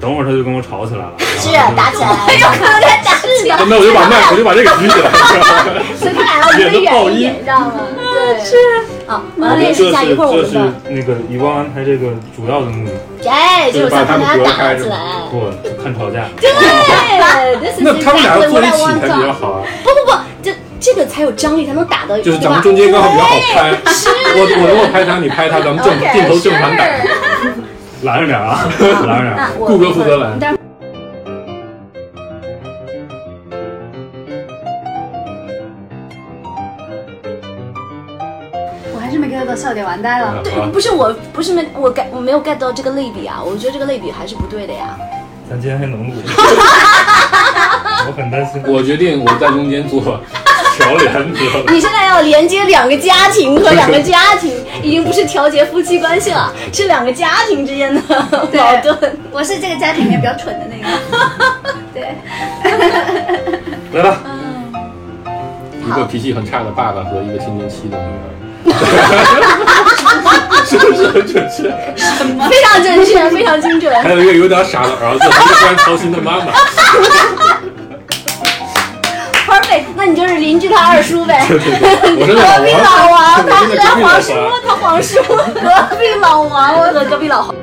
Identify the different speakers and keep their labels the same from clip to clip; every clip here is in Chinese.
Speaker 1: 等会儿他就跟我吵起来了，
Speaker 2: 是啊
Speaker 1: 然
Speaker 2: 打
Speaker 1: 后
Speaker 2: 起来了，
Speaker 3: 有可能在打字的，
Speaker 1: 就。没有，我就把麦，我就把这个举起来，
Speaker 3: 所以他俩要
Speaker 1: 免
Speaker 3: 离
Speaker 1: 得
Speaker 3: 得
Speaker 1: 爆
Speaker 3: 远
Speaker 1: 音
Speaker 3: 一点，你知道吗？对，
Speaker 2: 是
Speaker 3: 啊，我要练习一下，一会儿我
Speaker 1: 这
Speaker 3: 们
Speaker 1: 是
Speaker 3: 的。
Speaker 1: 那个以光安排这个主要的目的，
Speaker 2: 哎，就是
Speaker 1: 把
Speaker 2: 想
Speaker 1: 他
Speaker 2: 把
Speaker 1: 们
Speaker 2: 他
Speaker 1: 隔
Speaker 2: 打
Speaker 1: 开
Speaker 2: 起
Speaker 1: 着
Speaker 2: 来。，
Speaker 1: 不看吵架，
Speaker 3: 嗯对，这是
Speaker 4: 那他们俩要坐一起才比较
Speaker 3: 不
Speaker 4: 好啊，
Speaker 3: 不不，这这个才有张力，才能打的，
Speaker 4: 就是
Speaker 3: 对
Speaker 4: 咱们
Speaker 3: 吧？哎
Speaker 4: 中间刚好比较好拍，我我如果拍他，你拍他，咱们正
Speaker 2: OK，
Speaker 4: 镜头正反打，
Speaker 1: 拦着点 啊，拦着点啊。
Speaker 3: 那我
Speaker 4: 顾哥负责拦。
Speaker 5: 我还是没 get 到笑点，完蛋
Speaker 4: 嗯
Speaker 5: 了。
Speaker 3: 对，不是我，不是没我 get 我没有 get 到这个类比啊，我觉得这个类比还是不对的呀。
Speaker 1: 咱今天还 能录吗？我很担心。
Speaker 4: 我决定我在中间 做桥梁，你知道吧？
Speaker 3: 你现在要连接两个家庭和两个家 庭，已经不是调节夫妻关系了，是两个家庭之 间的
Speaker 5: 对
Speaker 3: 矛盾。
Speaker 5: 我是这个家庭里面比较蠢的那个。 对，
Speaker 1: 来
Speaker 3: 嗯
Speaker 1: 吧，
Speaker 4: 一个脾气很差的爸爸和一个青春期的 女儿，是不是很准确？
Speaker 3: 非常正确， 非常精准。
Speaker 4: 还有一个有点傻的儿子，一个非常操心的妈妈。
Speaker 3: Perfect，那你就是邻居他二叔 呗。
Speaker 4: 对对对，我是 老
Speaker 3: 隔壁
Speaker 4: 王，
Speaker 3: 老王，他
Speaker 4: 我真的隔
Speaker 3: 和
Speaker 4: 壁
Speaker 3: 黄叔
Speaker 4: 老，王
Speaker 3: 他黄 叔，隔壁老王，我 和隔壁老黄。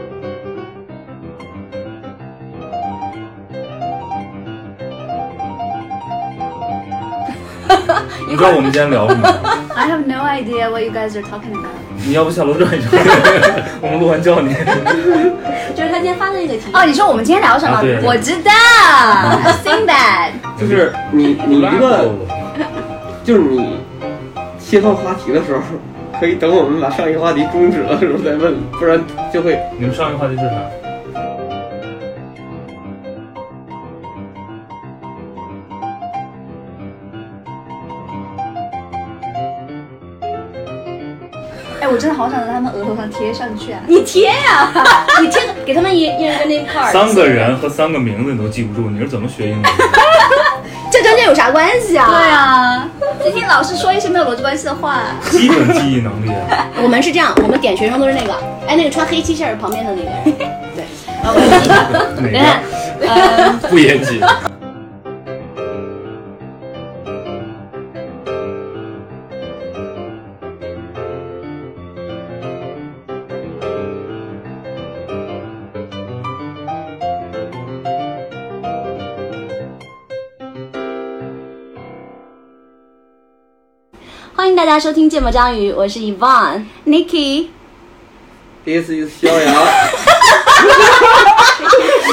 Speaker 1: 你知道我们今天聊什么 吗？
Speaker 5: I have no idea what you guys are talking about。
Speaker 1: 你要不下楼转一 转，我们录完叫你。
Speaker 3: 就是他今天发的那个题。
Speaker 5: 哦，你说我们今天聊什么
Speaker 1: 啊对？
Speaker 5: 我知 道，Sinbad。
Speaker 6: 就是你你一个就是你切换话题的时候，可以等我们把上一个话题终止的时候再问，不然就会
Speaker 1: 你们上一个话题是啥？
Speaker 5: 哎，我真的好想在他们额头上贴上去啊！
Speaker 3: 你贴呀、你贴个给他们一一人一个 name card。
Speaker 1: 三个人和三个名字你都记不住，你是怎么学英语 的？
Speaker 3: 这跟这有啥关系啊？
Speaker 5: 对，啊，就听老师说一些没有逻辑关系的话。
Speaker 1: 基本记忆能力啊！
Speaker 3: 我们是这样，我们点学生都是那个，哎，那个穿黑 T 恤旁边的那个人。
Speaker 1: 哪
Speaker 3: 等下呃
Speaker 1: 个？
Speaker 4: 不严谨。
Speaker 3: 欢迎大家收听《芥末章鱼》，我是 Yvonne Nikki。
Speaker 6: this is 逍遥。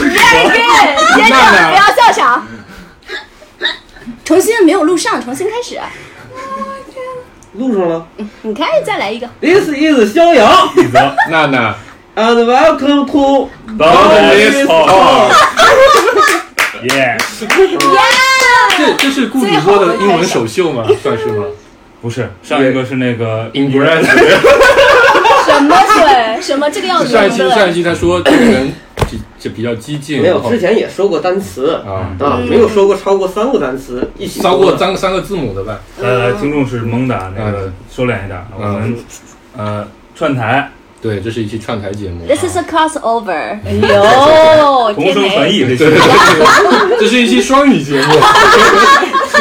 Speaker 3: 先生，
Speaker 4: 慢
Speaker 3: 不
Speaker 4: 点
Speaker 3: 要笑场。重新没有录上，重新开始。
Speaker 6: 录上了
Speaker 3: 你看，再来一个。
Speaker 6: ，This is 逍遥
Speaker 1: 李泽，
Speaker 4: 娜娜，
Speaker 6: ，and welcome to
Speaker 1: 到
Speaker 4: this talk
Speaker 1: 耶！
Speaker 4: 这这是顾主播的英文首秀吗？算是吗
Speaker 1: 不是，上一个是那个
Speaker 4: ？Ingress。
Speaker 3: 什么鬼？什么？这个要
Speaker 4: 就
Speaker 3: 你
Speaker 4: 上一期
Speaker 3: 对
Speaker 4: 上一期他说这个人比就比较激进，
Speaker 6: 没有
Speaker 4: 然，后
Speaker 6: 之前也说过单词
Speaker 4: 啊，
Speaker 6: 啊，没有说过超过三个单词一起
Speaker 4: 超过
Speaker 6: 说的。
Speaker 4: 三个三个字母的吧？
Speaker 1: 呃，听众是蒙达，那个
Speaker 4: 嗯
Speaker 1: 收敛一点。我
Speaker 4: 嗯
Speaker 1: 们呃串台，
Speaker 4: 对，这是一期串台节目。
Speaker 3: This is a crossover。哟，
Speaker 1: 同
Speaker 3: 哎天
Speaker 1: 声
Speaker 3: 哪！
Speaker 1: 传译这
Speaker 4: 对对
Speaker 1: 些。
Speaker 4: 对，这是一期双语节目。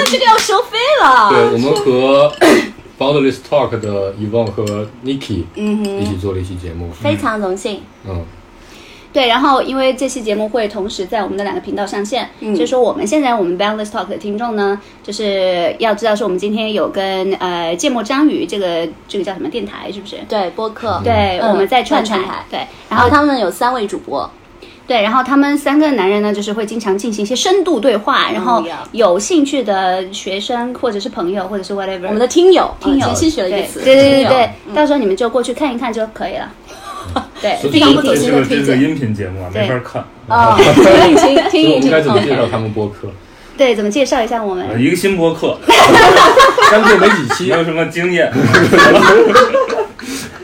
Speaker 3: 这个要收费了。
Speaker 4: 对，我们和 Boundless Talk 的 Evon 和 Niki
Speaker 3: 嗯哼，
Speaker 4: 一起做了一期节目。
Speaker 3: 非常荣幸。
Speaker 4: 嗯，
Speaker 5: 对，然后因为这期节目会同时在我们的两个频道上线，
Speaker 3: 嗯
Speaker 5: 所以说我们现在我们 Boundless Talk 的听众呢，就是要知道说我们今天有跟呃芥末章鱼这个这个叫什么电台是不是？
Speaker 3: 对播客，
Speaker 5: 对，
Speaker 3: 嗯
Speaker 5: 我们在串
Speaker 3: 串
Speaker 5: 台，
Speaker 3: 台
Speaker 5: 对，然
Speaker 3: 然
Speaker 5: 后
Speaker 3: 后他们有三位主播，
Speaker 5: 对，然后他们三个男人呢，就是会经常进行一些深度对话，然后
Speaker 3: yeah
Speaker 5: 有兴趣的学生或者是朋友或者是 whatever，
Speaker 3: 我们的听友，
Speaker 5: 听友
Speaker 3: 呃新学了一
Speaker 5: 对
Speaker 3: 个词，
Speaker 5: 对对对
Speaker 3: 听友嗯
Speaker 5: 对，到时候你们就过去看一看就可以了。 对，
Speaker 4: 所以
Speaker 3: 非常不走
Speaker 4: 所以
Speaker 1: 这
Speaker 3: 心
Speaker 1: 是
Speaker 3: 的
Speaker 1: 个这
Speaker 3: 推
Speaker 1: 是个
Speaker 3: 荐
Speaker 1: 音频节目啊，没法看。
Speaker 3: 啊，听一听，听
Speaker 4: 所以
Speaker 3: 一
Speaker 4: 我们
Speaker 3: 听
Speaker 4: 该怎么介
Speaker 3: 嗯
Speaker 4: 绍他们播客？
Speaker 5: 对，怎么介绍一下我们？
Speaker 1: 呃一个新播 客，
Speaker 4: 刚做没几 啊
Speaker 1: 没
Speaker 4: 期，
Speaker 1: 有什么经验，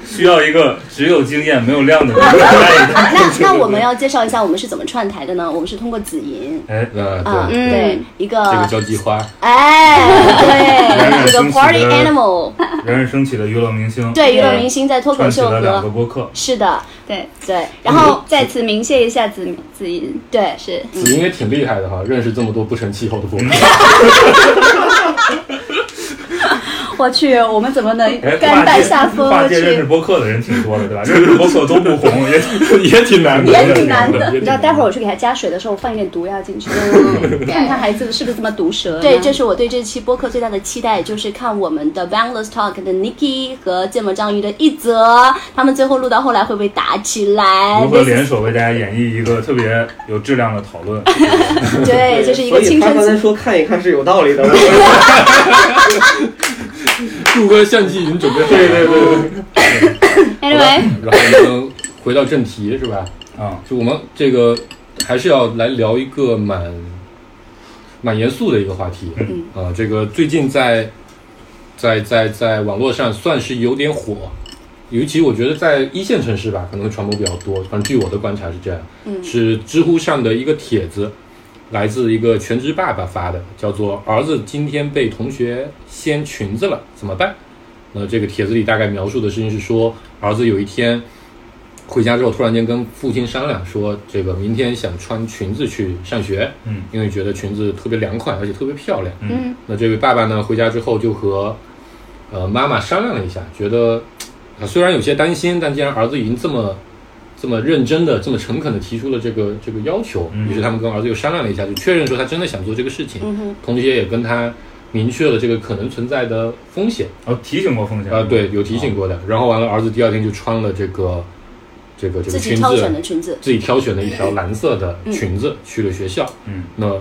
Speaker 1: 需要一个只有经验没有量的人 来。
Speaker 5: 那那我们要介绍一下我们是怎么串台的呢？我们是通过紫银
Speaker 1: 哎，
Speaker 5: 啊，
Speaker 4: 呃，对，
Speaker 5: 对
Speaker 3: 嗯
Speaker 5: 一
Speaker 4: 这个
Speaker 5: 个
Speaker 4: 交际花，
Speaker 5: 哎，
Speaker 1: 冉
Speaker 5: 对，这个
Speaker 1: 升起
Speaker 5: Party
Speaker 1: 的
Speaker 5: Animal，
Speaker 1: 冉冉升起的娱乐明星，
Speaker 5: 对娱乐明星在脱口
Speaker 1: 串起
Speaker 5: 秀
Speaker 1: 了两个嗯
Speaker 5: 和
Speaker 1: 播客，
Speaker 5: 是的，
Speaker 2: 对，
Speaker 5: 对，然后再次鸣谢一下紫紫银，
Speaker 3: 对，
Speaker 5: 是
Speaker 4: 子英也挺厉害的哈，认识这么多不成气候的播客，
Speaker 3: 嗯
Speaker 5: 我去，我们怎么能
Speaker 1: 哎，
Speaker 5: 甘
Speaker 1: 跨
Speaker 5: 拜
Speaker 1: 界
Speaker 5: 下风？
Speaker 1: 跨
Speaker 5: 我
Speaker 1: 界认识
Speaker 5: 去。
Speaker 1: 播客的人挺多的，对吧？认识播客都不红，也挺
Speaker 4: 也挺难的，
Speaker 3: 也挺难的
Speaker 5: 你知道，待会儿我去给他加水的时候，我放一点毒药进去，
Speaker 1: 嗯
Speaker 5: 看看孩子是不是这么毒舌呢。
Speaker 3: 对，这
Speaker 5: 这
Speaker 3: 是我对这期播客最大的期待，就是看我们的 Boundless Talk 的 Nikki 和芥末章鱼的一泽，他们最后录到后来会不会打起来
Speaker 1: 如？何联手为大家演绎一个特别有质量的讨论？
Speaker 3: 啊对，这是一个
Speaker 6: 所以
Speaker 3: 青
Speaker 6: 他
Speaker 3: 春
Speaker 6: 刚才
Speaker 3: 期。
Speaker 6: 说看一看是有道理的，
Speaker 4: 谷歌相机已经准备好了，
Speaker 1: 对对 对，
Speaker 5: anyway，
Speaker 4: 然后我们回到正题是吧？
Speaker 1: 啊，
Speaker 4: 就我们这个还是要来聊一个蛮蛮严肃的一个话题，
Speaker 1: 嗯
Speaker 4: 啊，这个最近在在在在网络上算是有点火，尤其我觉得在一线城市吧，可能会传播比较多。反正据我的观察是这样，
Speaker 5: 嗯
Speaker 4: 是知乎上的一个帖子，来自一个全职爸爸发的，叫做“儿子今天被同学掀裙子了，怎么办？”那呃这个帖子里大概描述的事情是说，儿子有一天回家之后，突然间跟父亲商量说，这个明天想穿裙子去上学，
Speaker 1: 嗯，
Speaker 4: 因为觉得裙子特别凉快，而且特别漂亮。
Speaker 5: 嗯，
Speaker 4: 那这位爸爸呢，回家之后就和呃妈妈商量了一下，觉得呃虽然有些担心，但既然儿子已经这么这么认真的、这么诚恳的提出了这个这个要求，
Speaker 1: 嗯
Speaker 4: 于是他们跟儿子又商量了一下，就确认说他真的想做这个事情，
Speaker 3: 嗯哼
Speaker 4: 同时也跟他明确了这个可能存在的风险。
Speaker 1: 哦，提醒过风险
Speaker 4: 啊，对，有提醒过的。然后完了，儿子第二天就穿了这个这个这个
Speaker 3: 自己
Speaker 4: 裙
Speaker 3: 挑选
Speaker 4: 子
Speaker 3: 的，嗯裙子，
Speaker 4: 自己挑选了一条蓝色的裙子、去了学校。
Speaker 1: 嗯，
Speaker 4: 那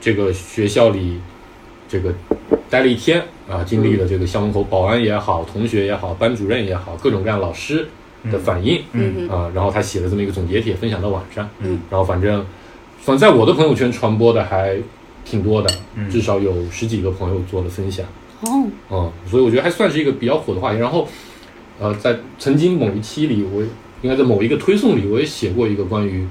Speaker 4: 这个学校里这个待了一天啊，经
Speaker 3: 嗯
Speaker 4: 历了这个校门口保安也好、同学也好、班主任也好、各种各样老师的反应。
Speaker 1: 嗯
Speaker 4: 啊，然后他写了这么一个总结帖，分享到网上。
Speaker 1: 嗯，
Speaker 4: 然后反正反正在我的朋友圈传播的还挺多的，
Speaker 1: 嗯
Speaker 4: 至少有十几个朋友做了分享。
Speaker 5: 哦，
Speaker 4: 嗯，所以我觉得还算是一个比较火的话题。然后，呃，在曾经某一期里，我应该在某一个推送里，我也写过一个关于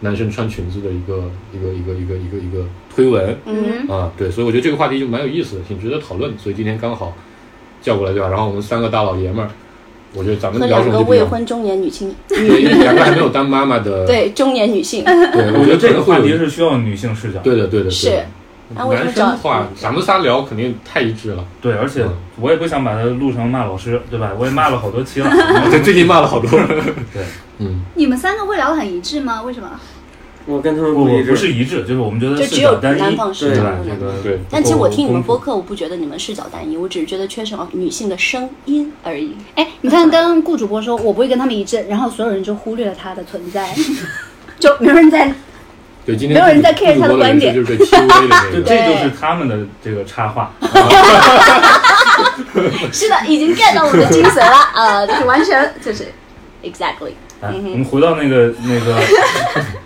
Speaker 4: 男生穿裙子的一个一个一个一个一个一个推文
Speaker 5: 嗯，
Speaker 4: 啊，对，所以我觉得这个话题就蛮有意思的，挺值得讨论的。所以今天刚好叫过来，对吧？然后我们三个大老爷们儿，我觉得咱们
Speaker 3: 和
Speaker 4: 聊
Speaker 3: 两
Speaker 4: 什么
Speaker 3: 个
Speaker 4: 就不一
Speaker 3: 未
Speaker 4: 样，
Speaker 3: 婚中年女性，
Speaker 4: 对，因为两个还没有当妈妈的，
Speaker 3: 对中年女性，
Speaker 4: 嗯对，
Speaker 1: 我觉
Speaker 4: 我觉
Speaker 1: 得
Speaker 4: 得
Speaker 1: 这
Speaker 4: 可
Speaker 1: 个
Speaker 4: 能
Speaker 1: 话
Speaker 4: 会
Speaker 1: 题
Speaker 4: 有，
Speaker 1: 是需要女性视角。
Speaker 4: 对的，对的，对
Speaker 3: 是
Speaker 4: 的。
Speaker 3: 那为什么
Speaker 4: 男生的
Speaker 3: 找
Speaker 4: 话，咱们仨聊肯定太一致了。
Speaker 1: 对，而且
Speaker 4: 嗯
Speaker 1: 我也不想把它录成骂老师，对吧？我也骂了好多期了。
Speaker 4: 对，最近骂了好 多。
Speaker 1: 对，
Speaker 4: 嗯，
Speaker 2: 你们三个会聊得很一致吗？为什么？
Speaker 6: 我跟他们
Speaker 1: 不
Speaker 6: 不一
Speaker 1: 不不
Speaker 6: 致。
Speaker 1: 是一致，就是我们觉得
Speaker 3: 就
Speaker 1: 视
Speaker 3: 只
Speaker 1: 角
Speaker 3: 有
Speaker 1: 单
Speaker 3: 南
Speaker 1: 一，
Speaker 3: 方视
Speaker 1: 对
Speaker 3: 角
Speaker 1: 吧？
Speaker 3: 不
Speaker 1: 这
Speaker 3: 能
Speaker 1: 个
Speaker 4: 对。
Speaker 3: 但其实我听你们播
Speaker 4: 播。
Speaker 3: 客，我不觉得你们视角单一，我只是觉得缺少女性的声音而已。
Speaker 5: 哎，你看，刚刚顾主播说我不会跟他们一致，然后所有人就忽略了他的存 在，就没有人在。
Speaker 4: 对，今
Speaker 5: 没
Speaker 4: 天
Speaker 5: 有人在
Speaker 4: 就是
Speaker 5: care 他的观点
Speaker 4: 就是被 PUA 的
Speaker 1: 这
Speaker 4: 那
Speaker 1: 这
Speaker 4: 个。
Speaker 1: 就是他们的这个插画，
Speaker 3: 是的，已经 get 到我的精髓 了，呃，就是完全就是 exactly。
Speaker 1: 哎，我们回到那个那 个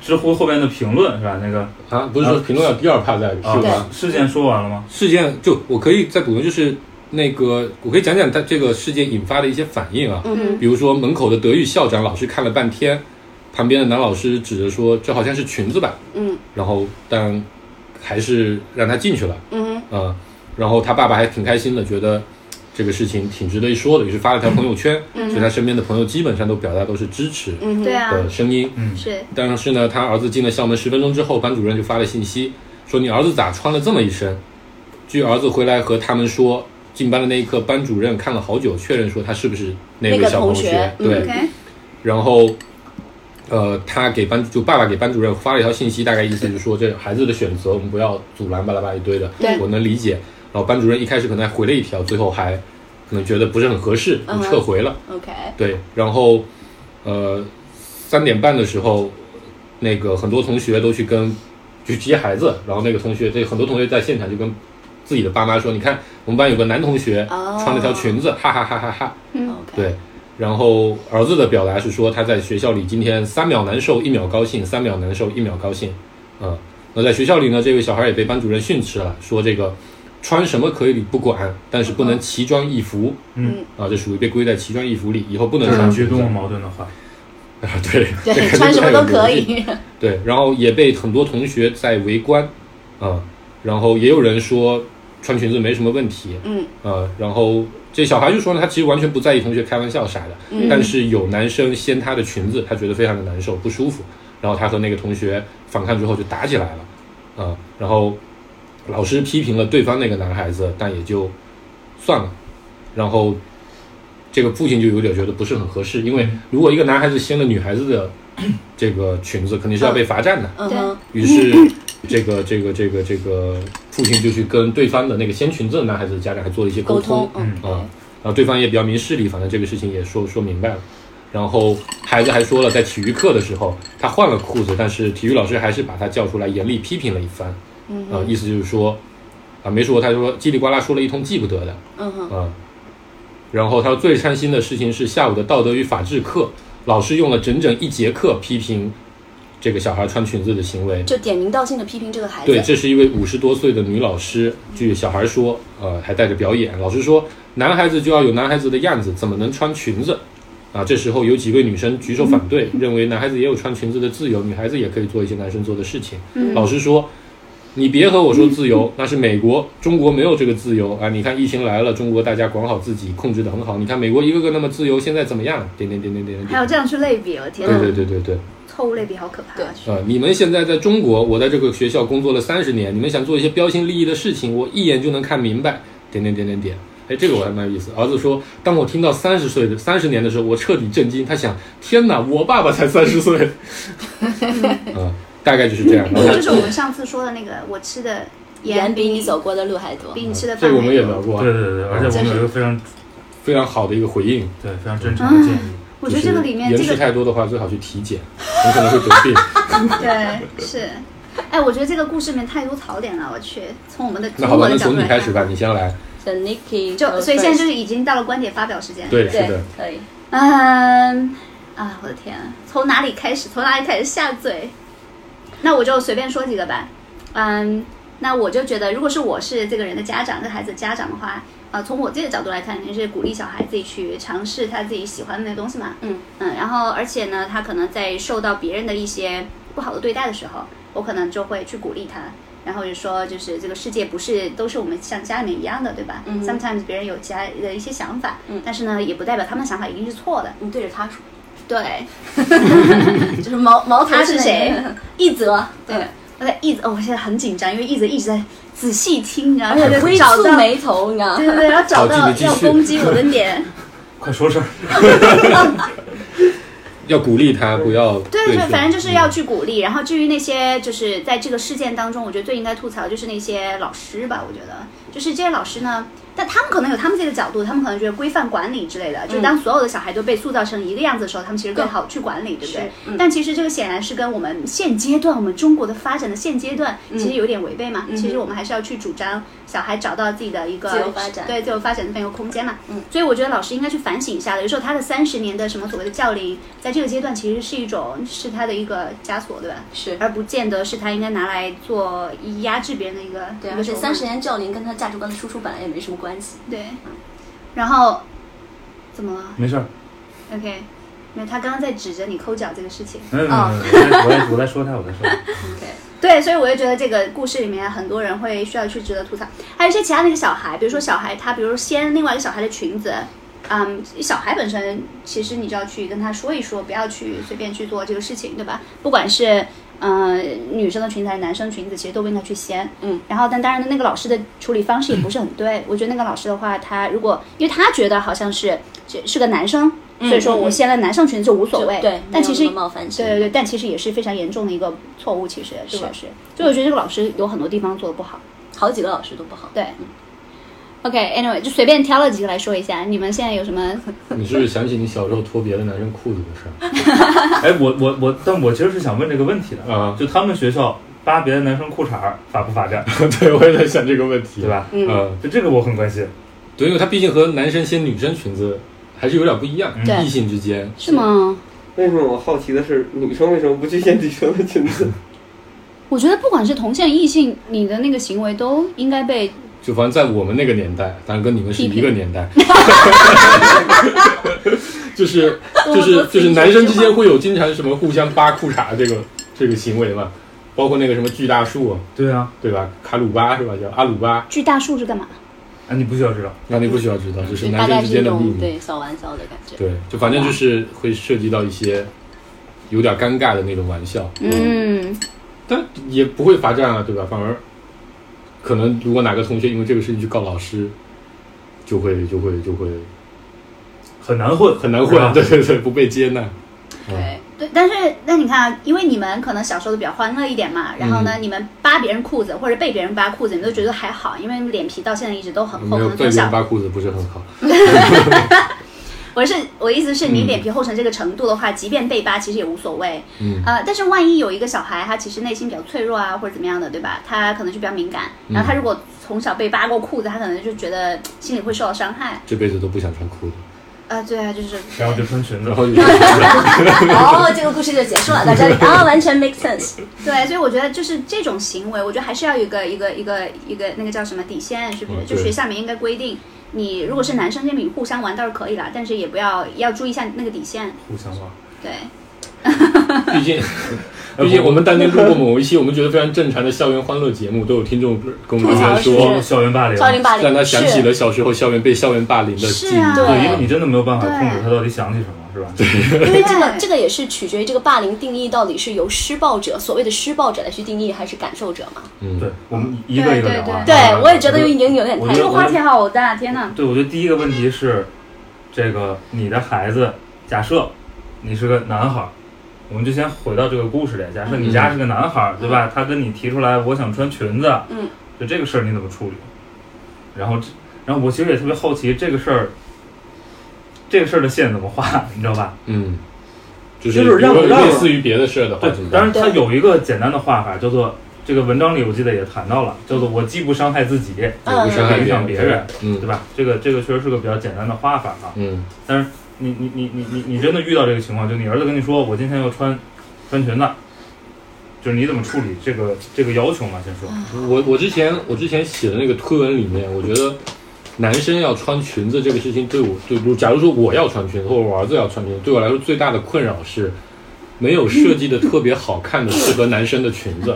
Speaker 1: 知乎后边的评论是吧？那个
Speaker 4: 啊，不是说评论要第二趴再 Q
Speaker 1: 啊
Speaker 4: 吗？，
Speaker 1: 事件说完了吗？
Speaker 4: 事件就我可以再补充，就是那个我可以讲讲他这个事件引发的一些反应啊，
Speaker 3: 嗯
Speaker 4: 比如说门口的德育校长老师看了半天，旁边的男老师指着说这好像是裙子吧，
Speaker 3: 嗯
Speaker 4: 然后但还是让他进去了，
Speaker 3: 嗯
Speaker 4: 嗯，然后他爸爸还挺开心的，觉得这个事情挺值得一说的，于是发了条朋友圈，
Speaker 5: 嗯
Speaker 4: 所以他身边的朋友基本上都表达都是支持
Speaker 3: 嗯
Speaker 2: 对啊，
Speaker 4: 的声音，
Speaker 1: 嗯，
Speaker 2: 是
Speaker 4: 但是呢，他儿子进了校门十分钟之后，班主任就发了信息，说你儿子咋穿了这么一身？据儿子回来和他们说，进班的那一刻，班主任看了好久，确认说他是不是那位
Speaker 3: 那个
Speaker 4: 小
Speaker 3: 同
Speaker 4: 学。
Speaker 3: 学嗯
Speaker 4: 对，
Speaker 2: OK，
Speaker 4: 然后，呃，他给班就爸爸给班主任发了一条信息，大概意思就是说这孩子的选择，我们不要阻拦，巴拉巴拉一堆的。
Speaker 3: 对
Speaker 4: 我能理解。然后班主任一开始可能还回了一条，最后还可能觉得不是很合适，
Speaker 3: 嗯
Speaker 4: 就撤回了。
Speaker 3: ，OK，
Speaker 4: 对，然后呃三点半的时候，那个很多同学都去跟去接孩子，然后那个同学，这很多同学在现场就跟自己的爸妈说，你看我们班有个男同学
Speaker 3: 哦
Speaker 4: 穿了条裙子，哈哈哈哈哈。
Speaker 5: 嗯
Speaker 3: OK，，
Speaker 4: 对，然后儿子的表达是说他在学校里今天三秒难受，一秒高兴，三秒难受，一秒高兴。嗯，那在学校里呢，这位小孩也被班主任训斥了，说这个穿什么可以不管，但是不能奇装异服。
Speaker 1: 嗯，
Speaker 4: 啊，这属于被归在奇装异服里，以后不能
Speaker 1: 讲
Speaker 4: 穿
Speaker 1: 句
Speaker 4: 裙
Speaker 1: 跟
Speaker 4: 子
Speaker 1: 我。矛盾的话，
Speaker 4: 啊，对， 这
Speaker 3: 对，
Speaker 4: 肯定
Speaker 3: 穿什么
Speaker 4: 不太
Speaker 3: 都
Speaker 4: 有逻
Speaker 3: 可
Speaker 4: 辑。
Speaker 3: 以。
Speaker 4: 对，然后也被很多同学在围观，啊，然后也有人说穿裙子没什么问题，
Speaker 3: 嗯，
Speaker 4: 啊，然后这小孩就说呢，他其实完全不在意同学开玩笑啥的，
Speaker 3: 嗯
Speaker 4: 但是有男生掀他的裙子，他觉得非常的难受不舒服，然后他和那个同学反抗之后就打起来了，啊，然后老师批评了对方那个男孩子，但也就算了，然后。这个父亲就有点觉得不是很合适，因
Speaker 3: 嗯
Speaker 4: 为如果一个男孩子掀了女孩子的这个裙子，肯定是要被罚站的。
Speaker 3: 嗯哼，
Speaker 4: 于是这个这个这个这个父亲就去跟对方的那个掀裙子的男孩子的家长还做了一些
Speaker 3: 沟
Speaker 4: 沟
Speaker 3: 通
Speaker 4: 通，，
Speaker 3: 嗯，
Speaker 4: 啊，然后对方也比较明事理，反正这个事情也说说明白了。然后孩子还说了，在体育课的时候他换了裤子，但是体育老师还是把他叫出来严厉批评了一番，
Speaker 3: 嗯
Speaker 4: 啊，
Speaker 3: 哼，
Speaker 4: 意思就是说啊没说，他就说叽里呱啦说了一通记不得的，
Speaker 3: 嗯哼，
Speaker 4: 啊。然后他说最伤心的事情是下午的道德与法治课，老师用了整整一节课批评这个小孩穿裙子的行为，
Speaker 3: 就点名道姓的批评这个孩子。
Speaker 4: 对，这是一位五十多岁的女老师。据小孩说，呃，还带着表演。老师说，男孩子就要有男孩子的样子，怎么能穿裙子？啊，这时候有几位女生举手反 对，认为男孩子也有穿裙子的自由，女孩子也可以做一些男生做的事情。
Speaker 5: 嗯
Speaker 4: 老师说，你别和我说 自由，那是美国，中国没有这个自由啊！你看疫情来了，中国大家管好自己，控制得很好。你看美国一个个那么自由，现在怎么样？点点点点点点。
Speaker 5: 还有这样去类比，我天
Speaker 4: 对
Speaker 5: 哪，
Speaker 4: 对对对对。
Speaker 5: 错误类比好可怕。啊
Speaker 3: 对
Speaker 4: 呃，你们现在在中国，我在这个学校工作了三十年，你们想做一些标新立异的事情，我一眼就能看明白。点点点点点，哎，这个我还蛮有意思。儿子说，当我听到三十岁的三十年的时候，我彻底震惊。他想，天哪，我爸爸才三十 岁。啊、大概就是这样。然后
Speaker 5: 就是我们上次说的那个，我吃的
Speaker 3: 远
Speaker 5: 盐
Speaker 3: 比
Speaker 5: 比
Speaker 3: 你走过的路还多。
Speaker 5: 比你吃的
Speaker 4: 这
Speaker 5: 饭
Speaker 4: 个我
Speaker 5: 还
Speaker 4: 们也
Speaker 5: 多
Speaker 4: 聊过啊
Speaker 1: 对，对对，而且我们有一个非常
Speaker 4: 非常好的一个回应。
Speaker 1: 对非常真诚的建议，
Speaker 5: 我觉得这个里面
Speaker 4: 就是
Speaker 5: 这
Speaker 4: 盐
Speaker 5: 个
Speaker 4: 吃太多的话，最好去体检，很可能会得 病。
Speaker 5: 对是，哎，我觉得这个故事里面太多槽点了，我去，从我们的
Speaker 4: 那
Speaker 5: 从
Speaker 4: 好吧
Speaker 5: 我，的
Speaker 4: 那
Speaker 5: 角度
Speaker 4: 从你
Speaker 5: 来
Speaker 4: 开始
Speaker 5: 看，
Speaker 4: 吧，你先来。
Speaker 3: The Nicky，
Speaker 5: 就所以现在就是是已经到了观点发表时间。
Speaker 4: 对，是
Speaker 3: 对
Speaker 4: 的，，
Speaker 3: 可以。
Speaker 5: 嗯啊，我的天啊，从哪里开始？从哪里开始下嘴？那我就随便说几个吧。嗯，那我就觉得，如果是我是这个人的家长，这孩子的家长的话，呃，从我自己的角度来看，肯定是鼓励小孩自己去尝试他自己喜欢的东西嘛。
Speaker 3: 嗯
Speaker 5: 嗯，然后而且呢，他可能在受到别人的一些不好的对待的时候，我可能就会去鼓励他。然后就说，就是这个世界不是都是我们像家里面一样的，对吧、
Speaker 3: 嗯
Speaker 5: s o m e t i m e s 别人有家的一些想法，
Speaker 3: 嗯
Speaker 5: 但是呢，也不代表他们的想法一定是错的。
Speaker 3: 你对着他说，
Speaker 5: 对，
Speaker 3: 就是毛毛头
Speaker 5: 他是谁
Speaker 3: 那个？一嗯泽，
Speaker 5: 对，我在一直，哦，我现在很紧张，因为一直一直在仔细听，然
Speaker 3: 而
Speaker 5: 后
Speaker 3: 且
Speaker 5: 就
Speaker 3: 微
Speaker 5: 找
Speaker 3: 蹙
Speaker 5: 到，
Speaker 3: 眉头，你知道
Speaker 5: 对对对，然后找
Speaker 4: 好
Speaker 5: 到
Speaker 4: 继续
Speaker 5: 要
Speaker 4: 继续
Speaker 5: 攻击我的点，
Speaker 1: 快说事儿。
Speaker 4: 要鼓励他，不要
Speaker 5: 对对，
Speaker 4: 对，嗯
Speaker 5: 反正就是要去鼓励。然后至于那些就是在这个事件当中，我觉得最应该吐槽就是那些老师吧。我觉得就是这些老师呢，但他们可能有他们自己的角度，他们可能觉得规范管理之类的。就当所有的小孩都被塑造成一个样子的时候，他们其实更好去管理，对不对？但其实这个显然是跟我们现阶段我们中国的发展的现阶段其实有点违背嘛。
Speaker 3: 嗯
Speaker 5: 其实我们还是要去主张小孩找到自己的一个
Speaker 3: 自由发展
Speaker 5: 对自由发展的这么一个空间嘛。
Speaker 3: 嗯，
Speaker 5: 所以我觉得老师应该去反省一下的。有时候他的三十年的什么所谓的教龄，在这个阶段其实是一种是他的一个枷锁，对吧？
Speaker 3: 是。
Speaker 5: 而不见得是他应该拿来做压制别人的一个
Speaker 3: 对，
Speaker 5: 一
Speaker 3: 而
Speaker 5: 个
Speaker 3: 且
Speaker 5: 手
Speaker 3: 三
Speaker 5: 段
Speaker 3: 十年教龄跟他价值观的输出本来也没什么关系。
Speaker 5: 对，然后怎么了
Speaker 1: 没事儿，
Speaker 5: ？OK，没有，他刚刚在指着你抠脚这个事情。
Speaker 1: 没有没有，没哎有我在我在说他，我在说他。
Speaker 5: 对，所以我就觉得这个故事里面很多人会需要去值得吐槽，还有一些其他的一个小孩，比如说小孩他，比如说掀另外一个小孩的裙子，嗯，小孩本身其实你就要去跟他说一说，不要去随便去做这个事情，对吧？不管是呃女生的裙子还是男生裙子，其实都不应该去掀。
Speaker 3: 嗯，
Speaker 5: 然后但当然那个老师的处理方式也不是很对，我觉得那个老师的话，他如果因为他觉得好像是是是个男生，所以说
Speaker 3: 嗯嗯
Speaker 5: 我掀了男生裙子就无所谓，
Speaker 3: 就对，
Speaker 5: 但
Speaker 3: 没有
Speaker 5: 其
Speaker 3: 那
Speaker 5: 实
Speaker 3: 么冒犯性
Speaker 5: 对对对，但其实也是非常严重的一个错误，其实这个老师，就我觉得这个老师有很多地方做的不好。
Speaker 3: 好几个老师都不好。
Speaker 5: 对，OK，anyway，、就随便挑了几个来说一下，你们现在有什么？
Speaker 4: 你是不是想起你小时候脱别的男生裤子的事儿？
Speaker 1: 哎，我我我，但我其实是想问这个问题的，
Speaker 4: 啊，
Speaker 1: 就他们学校扒别的男生裤衩儿罚不罚站，
Speaker 4: 对，我也在想这个问题，
Speaker 1: 对？吧？
Speaker 3: 嗯
Speaker 4: 呃，
Speaker 1: 就这个我很关心。
Speaker 4: 对，因为它毕竟和男生掀女生裙子还是有点不一样，
Speaker 1: 对
Speaker 4: 异性之间
Speaker 5: 是吗？
Speaker 6: 为什么我好奇的是，女生为什么不去掀女生的裙子？
Speaker 5: 我觉得不管是同性异性，你的那个行为都应该被
Speaker 4: 就反正在我们那个年代，当然跟你们是一个年 代，就是就是就是男生之间会有经常什么互相扒裤衩这个这个行为嘛，包括那个什么巨大树啊，
Speaker 1: 对啊，
Speaker 4: 对吧？卡鲁巴是吧？叫阿鲁
Speaker 3: 嗯
Speaker 4: 巴，
Speaker 5: 锯大树是干嘛？
Speaker 1: 啊，你不需要知道。
Speaker 4: 那你不需要知道，这是
Speaker 3: 就大
Speaker 4: 男
Speaker 3: 概
Speaker 4: 生之
Speaker 3: 是一
Speaker 4: 间的秘
Speaker 3: 种
Speaker 4: 密。
Speaker 3: 对小玩笑的感觉。
Speaker 4: 对，就反正就是会涉及到一些有点尴尬的那种玩笑，
Speaker 3: 嗯，
Speaker 4: 但也不会罚站啊，对吧？反而可能如果哪个同学因为这个事情去告老师，就会就会就会
Speaker 1: 很难混，
Speaker 4: 很难
Speaker 1: 是
Speaker 4: 混
Speaker 1: 吧，
Speaker 4: 对对对，不被接纳。
Speaker 3: 对，
Speaker 5: 对，但是那你看啊，因为你们可能小时候都比较欢乐一点嘛，然后
Speaker 4: 嗯
Speaker 5: 呢，你们扒别人裤子或者被别人扒裤子，你们都觉得还好，因为脸皮到现在一直都很厚，
Speaker 4: 没
Speaker 5: 可
Speaker 4: 有
Speaker 5: 能
Speaker 4: 被
Speaker 5: 从
Speaker 4: 别
Speaker 5: 小
Speaker 4: 人扒裤子不是很好，
Speaker 5: 我是我意思是你
Speaker 4: 嗯
Speaker 5: 脸皮厚成这个程度的话，即便被扒，其实也无所谓。
Speaker 4: 嗯
Speaker 5: 呃，但是万一有一个小孩，他其实内心比较脆弱啊，或者怎么样的，对吧？他可能就比较敏感，
Speaker 4: 嗯
Speaker 5: 然后他如果从小被扒过裤子，他可能就觉得心里会受到伤害。
Speaker 4: 这辈子都不想穿裤子，
Speaker 5: 啊、对啊，就是
Speaker 1: 然后就穿裙子
Speaker 4: 然。后就是
Speaker 3: 哦，这个故事就结束了， 到这里啊，完全 make sense。
Speaker 5: 对，所以我觉得就是这种行为，我觉得还是要有一个一个一个一个那个叫什么底线，是不是？
Speaker 4: 嗯
Speaker 5: 就
Speaker 4: 对
Speaker 5: 学校里面应该规定，你如果是男生这边互相玩倒是可以啦，但是也不要要注意一下那个底线。
Speaker 1: 互相吧，
Speaker 5: 对，
Speaker 4: 毕竟，毕竟我们当年录过某一期我们觉得非常正常的校园欢乐节目，都有听众跟我们
Speaker 3: 吐槽
Speaker 4: 留言
Speaker 3: 是
Speaker 4: 说，
Speaker 1: 校园霸凌，
Speaker 3: 少林霸凌
Speaker 4: 哎让他想起
Speaker 3: 是
Speaker 4: 了小时候校园被校园霸凌的记忆。
Speaker 5: 是啊
Speaker 3: 对
Speaker 1: 对，因为你真的没有办法控制他到底想起什么，是吧？对，
Speaker 5: 因
Speaker 3: 因为这个这个也是取决于这个霸凌定义到底是由施暴者所谓的施暴者来去定义，还是感受者嘛？
Speaker 4: 嗯，
Speaker 1: 我们一个一个聊啊。
Speaker 3: 对
Speaker 1: 好吧，
Speaker 3: 我也觉得有已经有点
Speaker 1: 我
Speaker 3: 太
Speaker 1: 觉
Speaker 5: 这
Speaker 1: 得
Speaker 5: 个话题好好大，天哪！
Speaker 1: 对，我觉得第一个问题是，这个你的孩子，假设你是个男孩儿，我们就先回到这个故事里。假设你家是个男孩儿，对吧？他跟你提出来，我想穿裙子，
Speaker 3: 嗯，
Speaker 1: 就这个事儿你怎么处理？然后这，然后我其实也特别好奇这个事儿，这个事儿的线怎么画，你知道吧？
Speaker 4: 嗯，就
Speaker 1: 就是
Speaker 4: 是
Speaker 1: 让
Speaker 4: 如果
Speaker 1: 让
Speaker 4: 类似于别的事儿的话，
Speaker 1: 对
Speaker 4: 怎么，办
Speaker 1: 当然它有一个简单的画法，叫做这个文章里我记得也谈到了，叫做我既不伤害自己，也
Speaker 3: 嗯
Speaker 1: 不
Speaker 4: 伤害
Speaker 1: 影响别人，，
Speaker 4: 嗯
Speaker 1: 对吧？这个这个确实是个比较简单的画法啊。
Speaker 4: 嗯
Speaker 1: 但是你你你你你你真的遇到这个情况，就你儿子跟你说我今天要穿穿裙子，就是你怎么处理这个这个要求嘛？先说，
Speaker 4: 我我之前我之前写的那个推文里面，我觉得男生要穿裙子这个事情对我对，如假如说我要穿裙子，或者我儿子要穿裙子，对我来说最大的困扰是没有设计的特别好看的适合男生的裙子，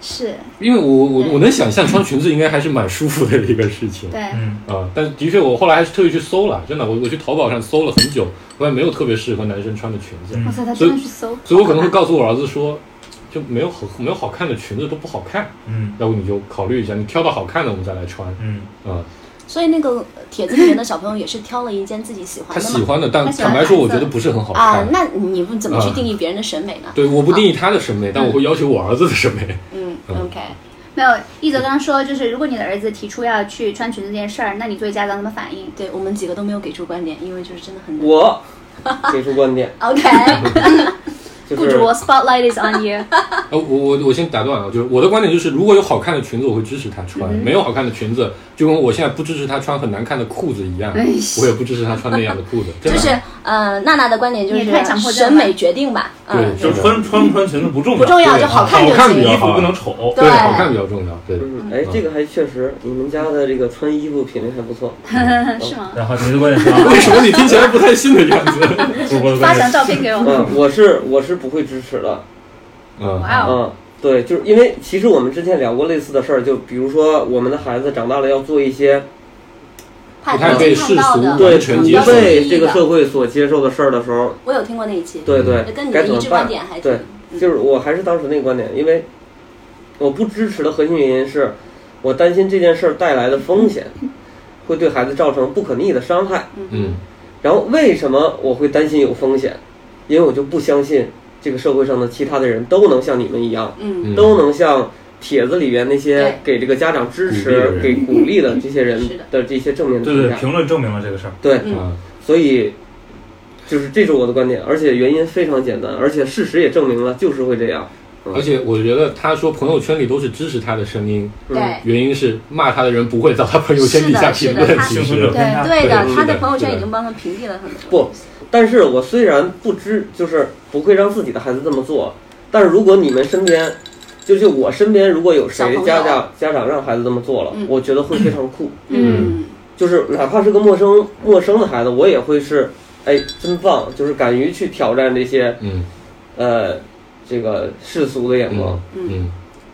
Speaker 5: 是
Speaker 4: 因为我我我能想象穿裙子应该还是蛮舒服的一个事情。
Speaker 5: 对，
Speaker 1: 嗯，
Speaker 4: 啊，但的确，我后来还是特意去搜了，真的，我我去淘宝上搜了很久，我也没有特别适合男生穿的裙子，
Speaker 1: 嗯
Speaker 5: 哇塞，他
Speaker 4: 所以
Speaker 5: 真的去搜，
Speaker 4: 所以我可能会告诉我儿子说，就没有好没有好看的裙子都不好看，
Speaker 1: 嗯
Speaker 4: 要不你就考虑一下，你挑到好看的我们再来穿。
Speaker 1: 嗯，
Speaker 4: 啊，
Speaker 3: 所以哦那个帖子里面的小朋友也是挑了一件自己喜
Speaker 4: 他
Speaker 3: 欢的
Speaker 4: 喜
Speaker 3: 嘛。
Speaker 4: 欢的，但
Speaker 5: 他喜欢
Speaker 4: 坦白说，
Speaker 5: 白
Speaker 4: 我
Speaker 5: 色
Speaker 4: 觉得不是很好
Speaker 3: 啊
Speaker 4: 看。，啊
Speaker 3: 那你们怎么去定义别人的审美呢？
Speaker 4: 对，我不定义他的审美，但我会要求我儿子的审 美。
Speaker 3: 嗯
Speaker 4: 嗯
Speaker 3: ，OK，
Speaker 5: 没有，一泽刚刚说，就是如果你的儿子提出要去穿裙子这件事儿，那你作为家长怎么反应？
Speaker 3: 对我们几个都没有给出观点，因为就是真的很难。
Speaker 6: 我给出观点，
Speaker 3: OK，
Speaker 6: 就
Speaker 5: 雇
Speaker 6: 是
Speaker 5: 主我 spotlight is on you。
Speaker 4: 呃，我我我先打断啊，就是我的观点就是，如果有好看的裙子，我会支持他穿；
Speaker 3: 嗯
Speaker 4: 没有好看的裙子，就跟我现在不支持他穿很难看的裤子一样，
Speaker 5: 哎
Speaker 4: 我也不支持他穿那样的裤 子。真
Speaker 3: 哎就
Speaker 4: 的
Speaker 3: 是呃，娜娜的观点就
Speaker 5: 你也太强
Speaker 3: 是
Speaker 5: 迫症了
Speaker 3: 审美决定吧，
Speaker 4: 对
Speaker 3: 嗯，
Speaker 1: 就是穿穿不穿裙子不重要，
Speaker 3: 不重要
Speaker 4: 对
Speaker 3: 就好看
Speaker 4: 好
Speaker 3: 就
Speaker 4: 看比
Speaker 3: 行
Speaker 4: 较。
Speaker 1: 衣服不能丑，
Speaker 3: 对
Speaker 4: 对，好看比较重要。对，
Speaker 6: 嗯，哎，这个还确实，你们家的这个穿衣服品味还 不错。
Speaker 5: 是吗？
Speaker 1: 然后您的观点是啊，
Speaker 4: 为什么你听起来不太信的样子？
Speaker 1: 不是我的
Speaker 5: 发
Speaker 1: 观点，
Speaker 5: 张照片给我。
Speaker 6: 嗯，我是我是不会支持的。
Speaker 4: 嗯，
Speaker 5: 哇哦
Speaker 6: 嗯，对，就是因为其实我们之前聊过类似的事儿，就比如说我们的孩子长大了要做一些
Speaker 3: 太
Speaker 4: 不太被世俗
Speaker 6: 对
Speaker 4: 嗯完全
Speaker 6: 不
Speaker 4: 接受。
Speaker 6: 被这个社会所接受的事儿的时候，
Speaker 3: 我有听过那一期，
Speaker 4: 嗯
Speaker 6: 对对
Speaker 3: 就跟，你
Speaker 6: 该
Speaker 3: 的
Speaker 6: 怎
Speaker 3: 一
Speaker 6: 么
Speaker 3: 致观
Speaker 6: 办？
Speaker 3: 点还挺
Speaker 6: 对，就是我还是当时那个观点，因为我不支持的核心原因是我担心这件事儿带来的风险会对孩子造成不可逆的伤害。
Speaker 4: 嗯
Speaker 6: 然后为什么我会担心有风险？因为我就不相信这个社会上的其他的人都能像你们一样，
Speaker 3: 嗯，
Speaker 4: 嗯，
Speaker 6: 都能像帖子里边那些
Speaker 3: 对
Speaker 6: 给这个家长支
Speaker 4: 鼓励的
Speaker 6: 持
Speaker 4: 人、
Speaker 6: 给鼓励的这些人
Speaker 3: 是的
Speaker 6: 的这些正面的
Speaker 1: 对
Speaker 6: 评
Speaker 1: 对，
Speaker 6: 价。
Speaker 1: 评论证明了这个事儿，
Speaker 6: 对，
Speaker 3: 嗯
Speaker 4: 啊，
Speaker 6: 所以就是这是我的观点，而且原因非常简单，而且事实也证明了就是会这样。
Speaker 4: 而且我觉得他说朋友圈里都是支持他的声音，
Speaker 6: 嗯
Speaker 3: 对。
Speaker 4: 原因是骂他的人不会到他朋友圈底下评
Speaker 3: 是的是
Speaker 4: 论
Speaker 3: 的，
Speaker 4: 其
Speaker 1: 幸存
Speaker 4: 实
Speaker 1: 者。偏差，
Speaker 3: 对的，
Speaker 4: 对
Speaker 3: 他
Speaker 4: 是
Speaker 3: 的
Speaker 4: 的
Speaker 3: 朋友圈
Speaker 4: 是
Speaker 3: 已
Speaker 4: 的
Speaker 3: 经帮他屏蔽了很多。
Speaker 6: 不，但是我虽然不知，就是不会让自己的孩子这么做，但是如果你们身边就就我身边如果有
Speaker 3: 小朋
Speaker 6: 谁
Speaker 3: 友
Speaker 6: 家长家长让孩子这么做了，我觉得会非常酷。
Speaker 3: 嗯
Speaker 6: 就是哪怕是个陌生陌生的孩子，我也会是，哎，真棒！就是敢于去挑战这些
Speaker 4: 嗯
Speaker 6: 呃这个世俗的眼光。
Speaker 4: 嗯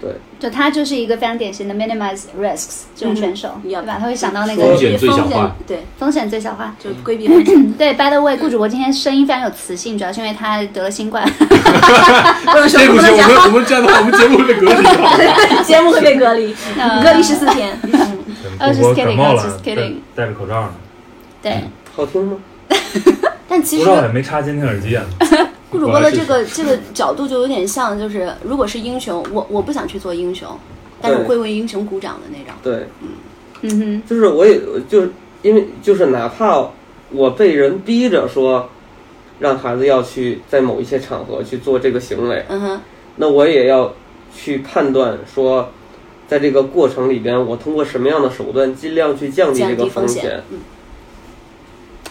Speaker 4: 嗯，
Speaker 5: 就他就是一个非常典型的 minimize risks 这种选手，
Speaker 3: 嗯
Speaker 5: 对吧？他会想到那
Speaker 4: 风
Speaker 5: 个
Speaker 4: 险最小化，，
Speaker 3: 对，
Speaker 5: 风险最小化。
Speaker 6: 嗯
Speaker 5: 嗯
Speaker 3: 就是规避风 险，
Speaker 5: 对，by the way，顾主播今天声音非常有磁性，主要是因为他得了新冠。
Speaker 3: 不能说
Speaker 4: 这
Speaker 3: 不
Speaker 4: 不行，
Speaker 3: 能
Speaker 4: 我
Speaker 3: 讲
Speaker 4: 们，我们这样的话，我们节目会被隔离掉。
Speaker 3: 节目会被隔 离，
Speaker 5: 呃
Speaker 3: 隔离十四天。
Speaker 6: 嗯
Speaker 5: I was
Speaker 1: 我嗯
Speaker 5: just
Speaker 1: 感
Speaker 5: kidding,
Speaker 1: 冒
Speaker 5: I
Speaker 1: 了
Speaker 5: was just，
Speaker 1: 戴
Speaker 5: kidding
Speaker 1: 戴着口罩呢，
Speaker 5: 对，
Speaker 3: 嗯
Speaker 6: 好听吗？
Speaker 3: 但
Speaker 1: 不
Speaker 3: 其
Speaker 1: 知
Speaker 3: 实
Speaker 1: 道也没插监听耳机 啊。
Speaker 3: 顾主播的这个这个角度就有点像，就是如果是英雄，我我不想去做英雄，但是我会为英雄鼓掌的那种。
Speaker 6: 对，
Speaker 5: 嗯哼，
Speaker 6: 就是我也就是因为就是哪怕我被人逼着说，让孩子要去在某一些场合去做这个行为，
Speaker 3: 嗯哼，
Speaker 6: 那我也要去判断说，在这个过程里边，我通过什么样的手段尽量去降低
Speaker 3: 降
Speaker 6: 这个
Speaker 3: 低风
Speaker 6: 险
Speaker 3: 险。。嗯，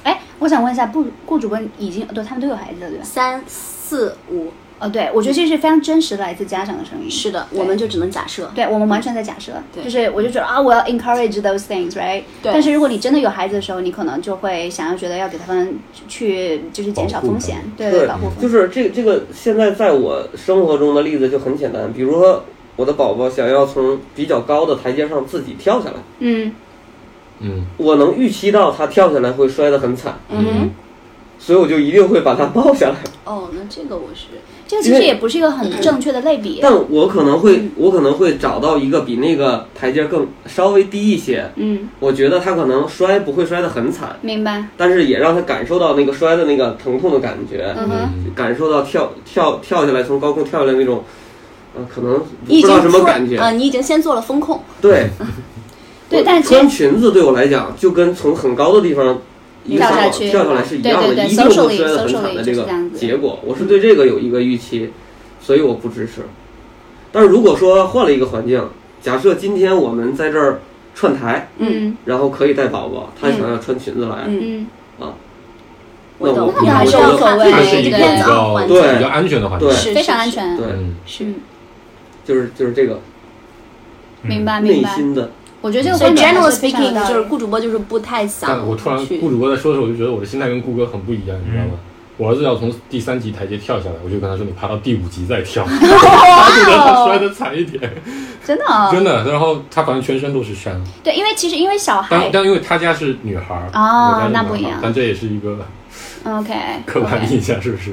Speaker 5: 哎，我想问一下，顾顾主播已经哦对他们都有孩子了，对吧？
Speaker 3: 三四五，
Speaker 5: 哦，对，我觉得这是非常真实的来自家长的声音。
Speaker 3: 是的，
Speaker 5: 对
Speaker 3: 我们就只能假设。
Speaker 5: 对我们完全在假设，
Speaker 3: 对
Speaker 5: 就是我就觉得啊，我要 encourage those things，right？
Speaker 3: 对
Speaker 5: 但是如果你真的有孩子的时候，你可能就会想要觉得要给他们去就是减少
Speaker 4: 保护
Speaker 5: 风
Speaker 4: 他
Speaker 5: 险
Speaker 4: 们，
Speaker 5: 对
Speaker 6: 对
Speaker 5: 保护风险。
Speaker 6: 就是这这个现在在我生活中的例子就很简单，比如说我的宝宝想要从比较高的台阶上自己跳下来，
Speaker 5: 嗯
Speaker 4: 嗯
Speaker 6: 我能预期到他跳下来会摔得很惨，
Speaker 3: 嗯哼，
Speaker 6: 所以我就一定会把他抱下来。
Speaker 5: 嗯
Speaker 3: 哦，那这个我是
Speaker 5: 这个其
Speaker 6: 因
Speaker 5: 实
Speaker 6: 为
Speaker 5: 也不是一个很正确的类比，
Speaker 6: 但我可能会，我可能会找到一个比那个台阶更稍微低一些。
Speaker 5: 嗯，
Speaker 6: 我觉得他可能摔不会摔得很惨，
Speaker 5: 明白，
Speaker 6: 但是也让他感受到那个摔的那个疼痛的感觉，
Speaker 5: 嗯哼，
Speaker 4: 嗯
Speaker 6: 感受到跳跳跳下来从高空跳下来那种，呃，可能不
Speaker 3: 你已
Speaker 6: 知
Speaker 3: 经
Speaker 6: 道什么
Speaker 3: 做
Speaker 6: 感觉。
Speaker 3: 啊，你已经先做了风控，
Speaker 6: 对，
Speaker 5: 嗯 对
Speaker 6: 我
Speaker 5: 但其实
Speaker 6: 穿裙子对我来讲就跟从很高的地方一个
Speaker 5: 跳下
Speaker 6: 上
Speaker 5: 去
Speaker 6: 跳下来是一样的，
Speaker 5: 对对对
Speaker 6: 一定会
Speaker 5: socially-
Speaker 6: 摔得很惨的
Speaker 5: socially
Speaker 6: 这
Speaker 5: 就是
Speaker 6: 个
Speaker 5: 这样子
Speaker 6: 结果。我是对这个有一个预期，所以我不支持。但是如果说换了一个环境，假设今天我们在这儿串台，
Speaker 5: 嗯
Speaker 6: 然后可以带宝宝，他想要穿裙子来，
Speaker 3: 嗯
Speaker 5: 嗯，
Speaker 6: 那
Speaker 3: 懂
Speaker 6: 我
Speaker 3: 了，
Speaker 5: 那还
Speaker 3: 还
Speaker 5: 是
Speaker 3: 是
Speaker 5: 要
Speaker 3: 要
Speaker 5: 无所
Speaker 3: 看
Speaker 5: 谓
Speaker 3: 看
Speaker 4: 它是一
Speaker 3: 这
Speaker 4: 个
Speaker 3: 个
Speaker 5: 对
Speaker 4: 比
Speaker 3: 片子啊
Speaker 4: 较
Speaker 3: 环
Speaker 6: 对
Speaker 3: 境
Speaker 4: 比较安全的环境。
Speaker 6: 对
Speaker 3: 是
Speaker 5: 非常安，全，
Speaker 6: 对，
Speaker 4: 嗯，
Speaker 3: 是
Speaker 5: 嗯，
Speaker 6: 就是就是这个
Speaker 1: 嗯
Speaker 5: 明
Speaker 3: 啊
Speaker 5: 白明
Speaker 6: 内
Speaker 5: 白，
Speaker 6: 心的，
Speaker 5: 我觉得这
Speaker 3: 是
Speaker 5: 个
Speaker 3: 所以
Speaker 5: 观点
Speaker 3: general
Speaker 5: 还是非常有
Speaker 3: speaking
Speaker 5: 道
Speaker 3: 就是
Speaker 5: 理
Speaker 3: 顾主播就是不太想
Speaker 4: 但我突然
Speaker 3: 去
Speaker 4: 顾主播在说的时候，我就觉得我的心态跟顾哥很不一样，你知道吗？我儿子要从第三级台阶跳下来，我就跟他说：“你爬到第五级再跳，就让他摔得惨一点。
Speaker 5: 真的哦，”
Speaker 4: 哦真的，然后他反正全身都是伤。
Speaker 5: 对，因为其实因为小
Speaker 4: 但
Speaker 5: 孩
Speaker 4: 但因为他家是女孩儿，
Speaker 5: 哦
Speaker 4: 我家是
Speaker 5: 那
Speaker 4: 男
Speaker 5: 不一
Speaker 4: 孩儿
Speaker 5: 样
Speaker 4: 但这也是一个
Speaker 5: ，OK，
Speaker 4: 刻板
Speaker 5: OK
Speaker 4: 印象，是不是？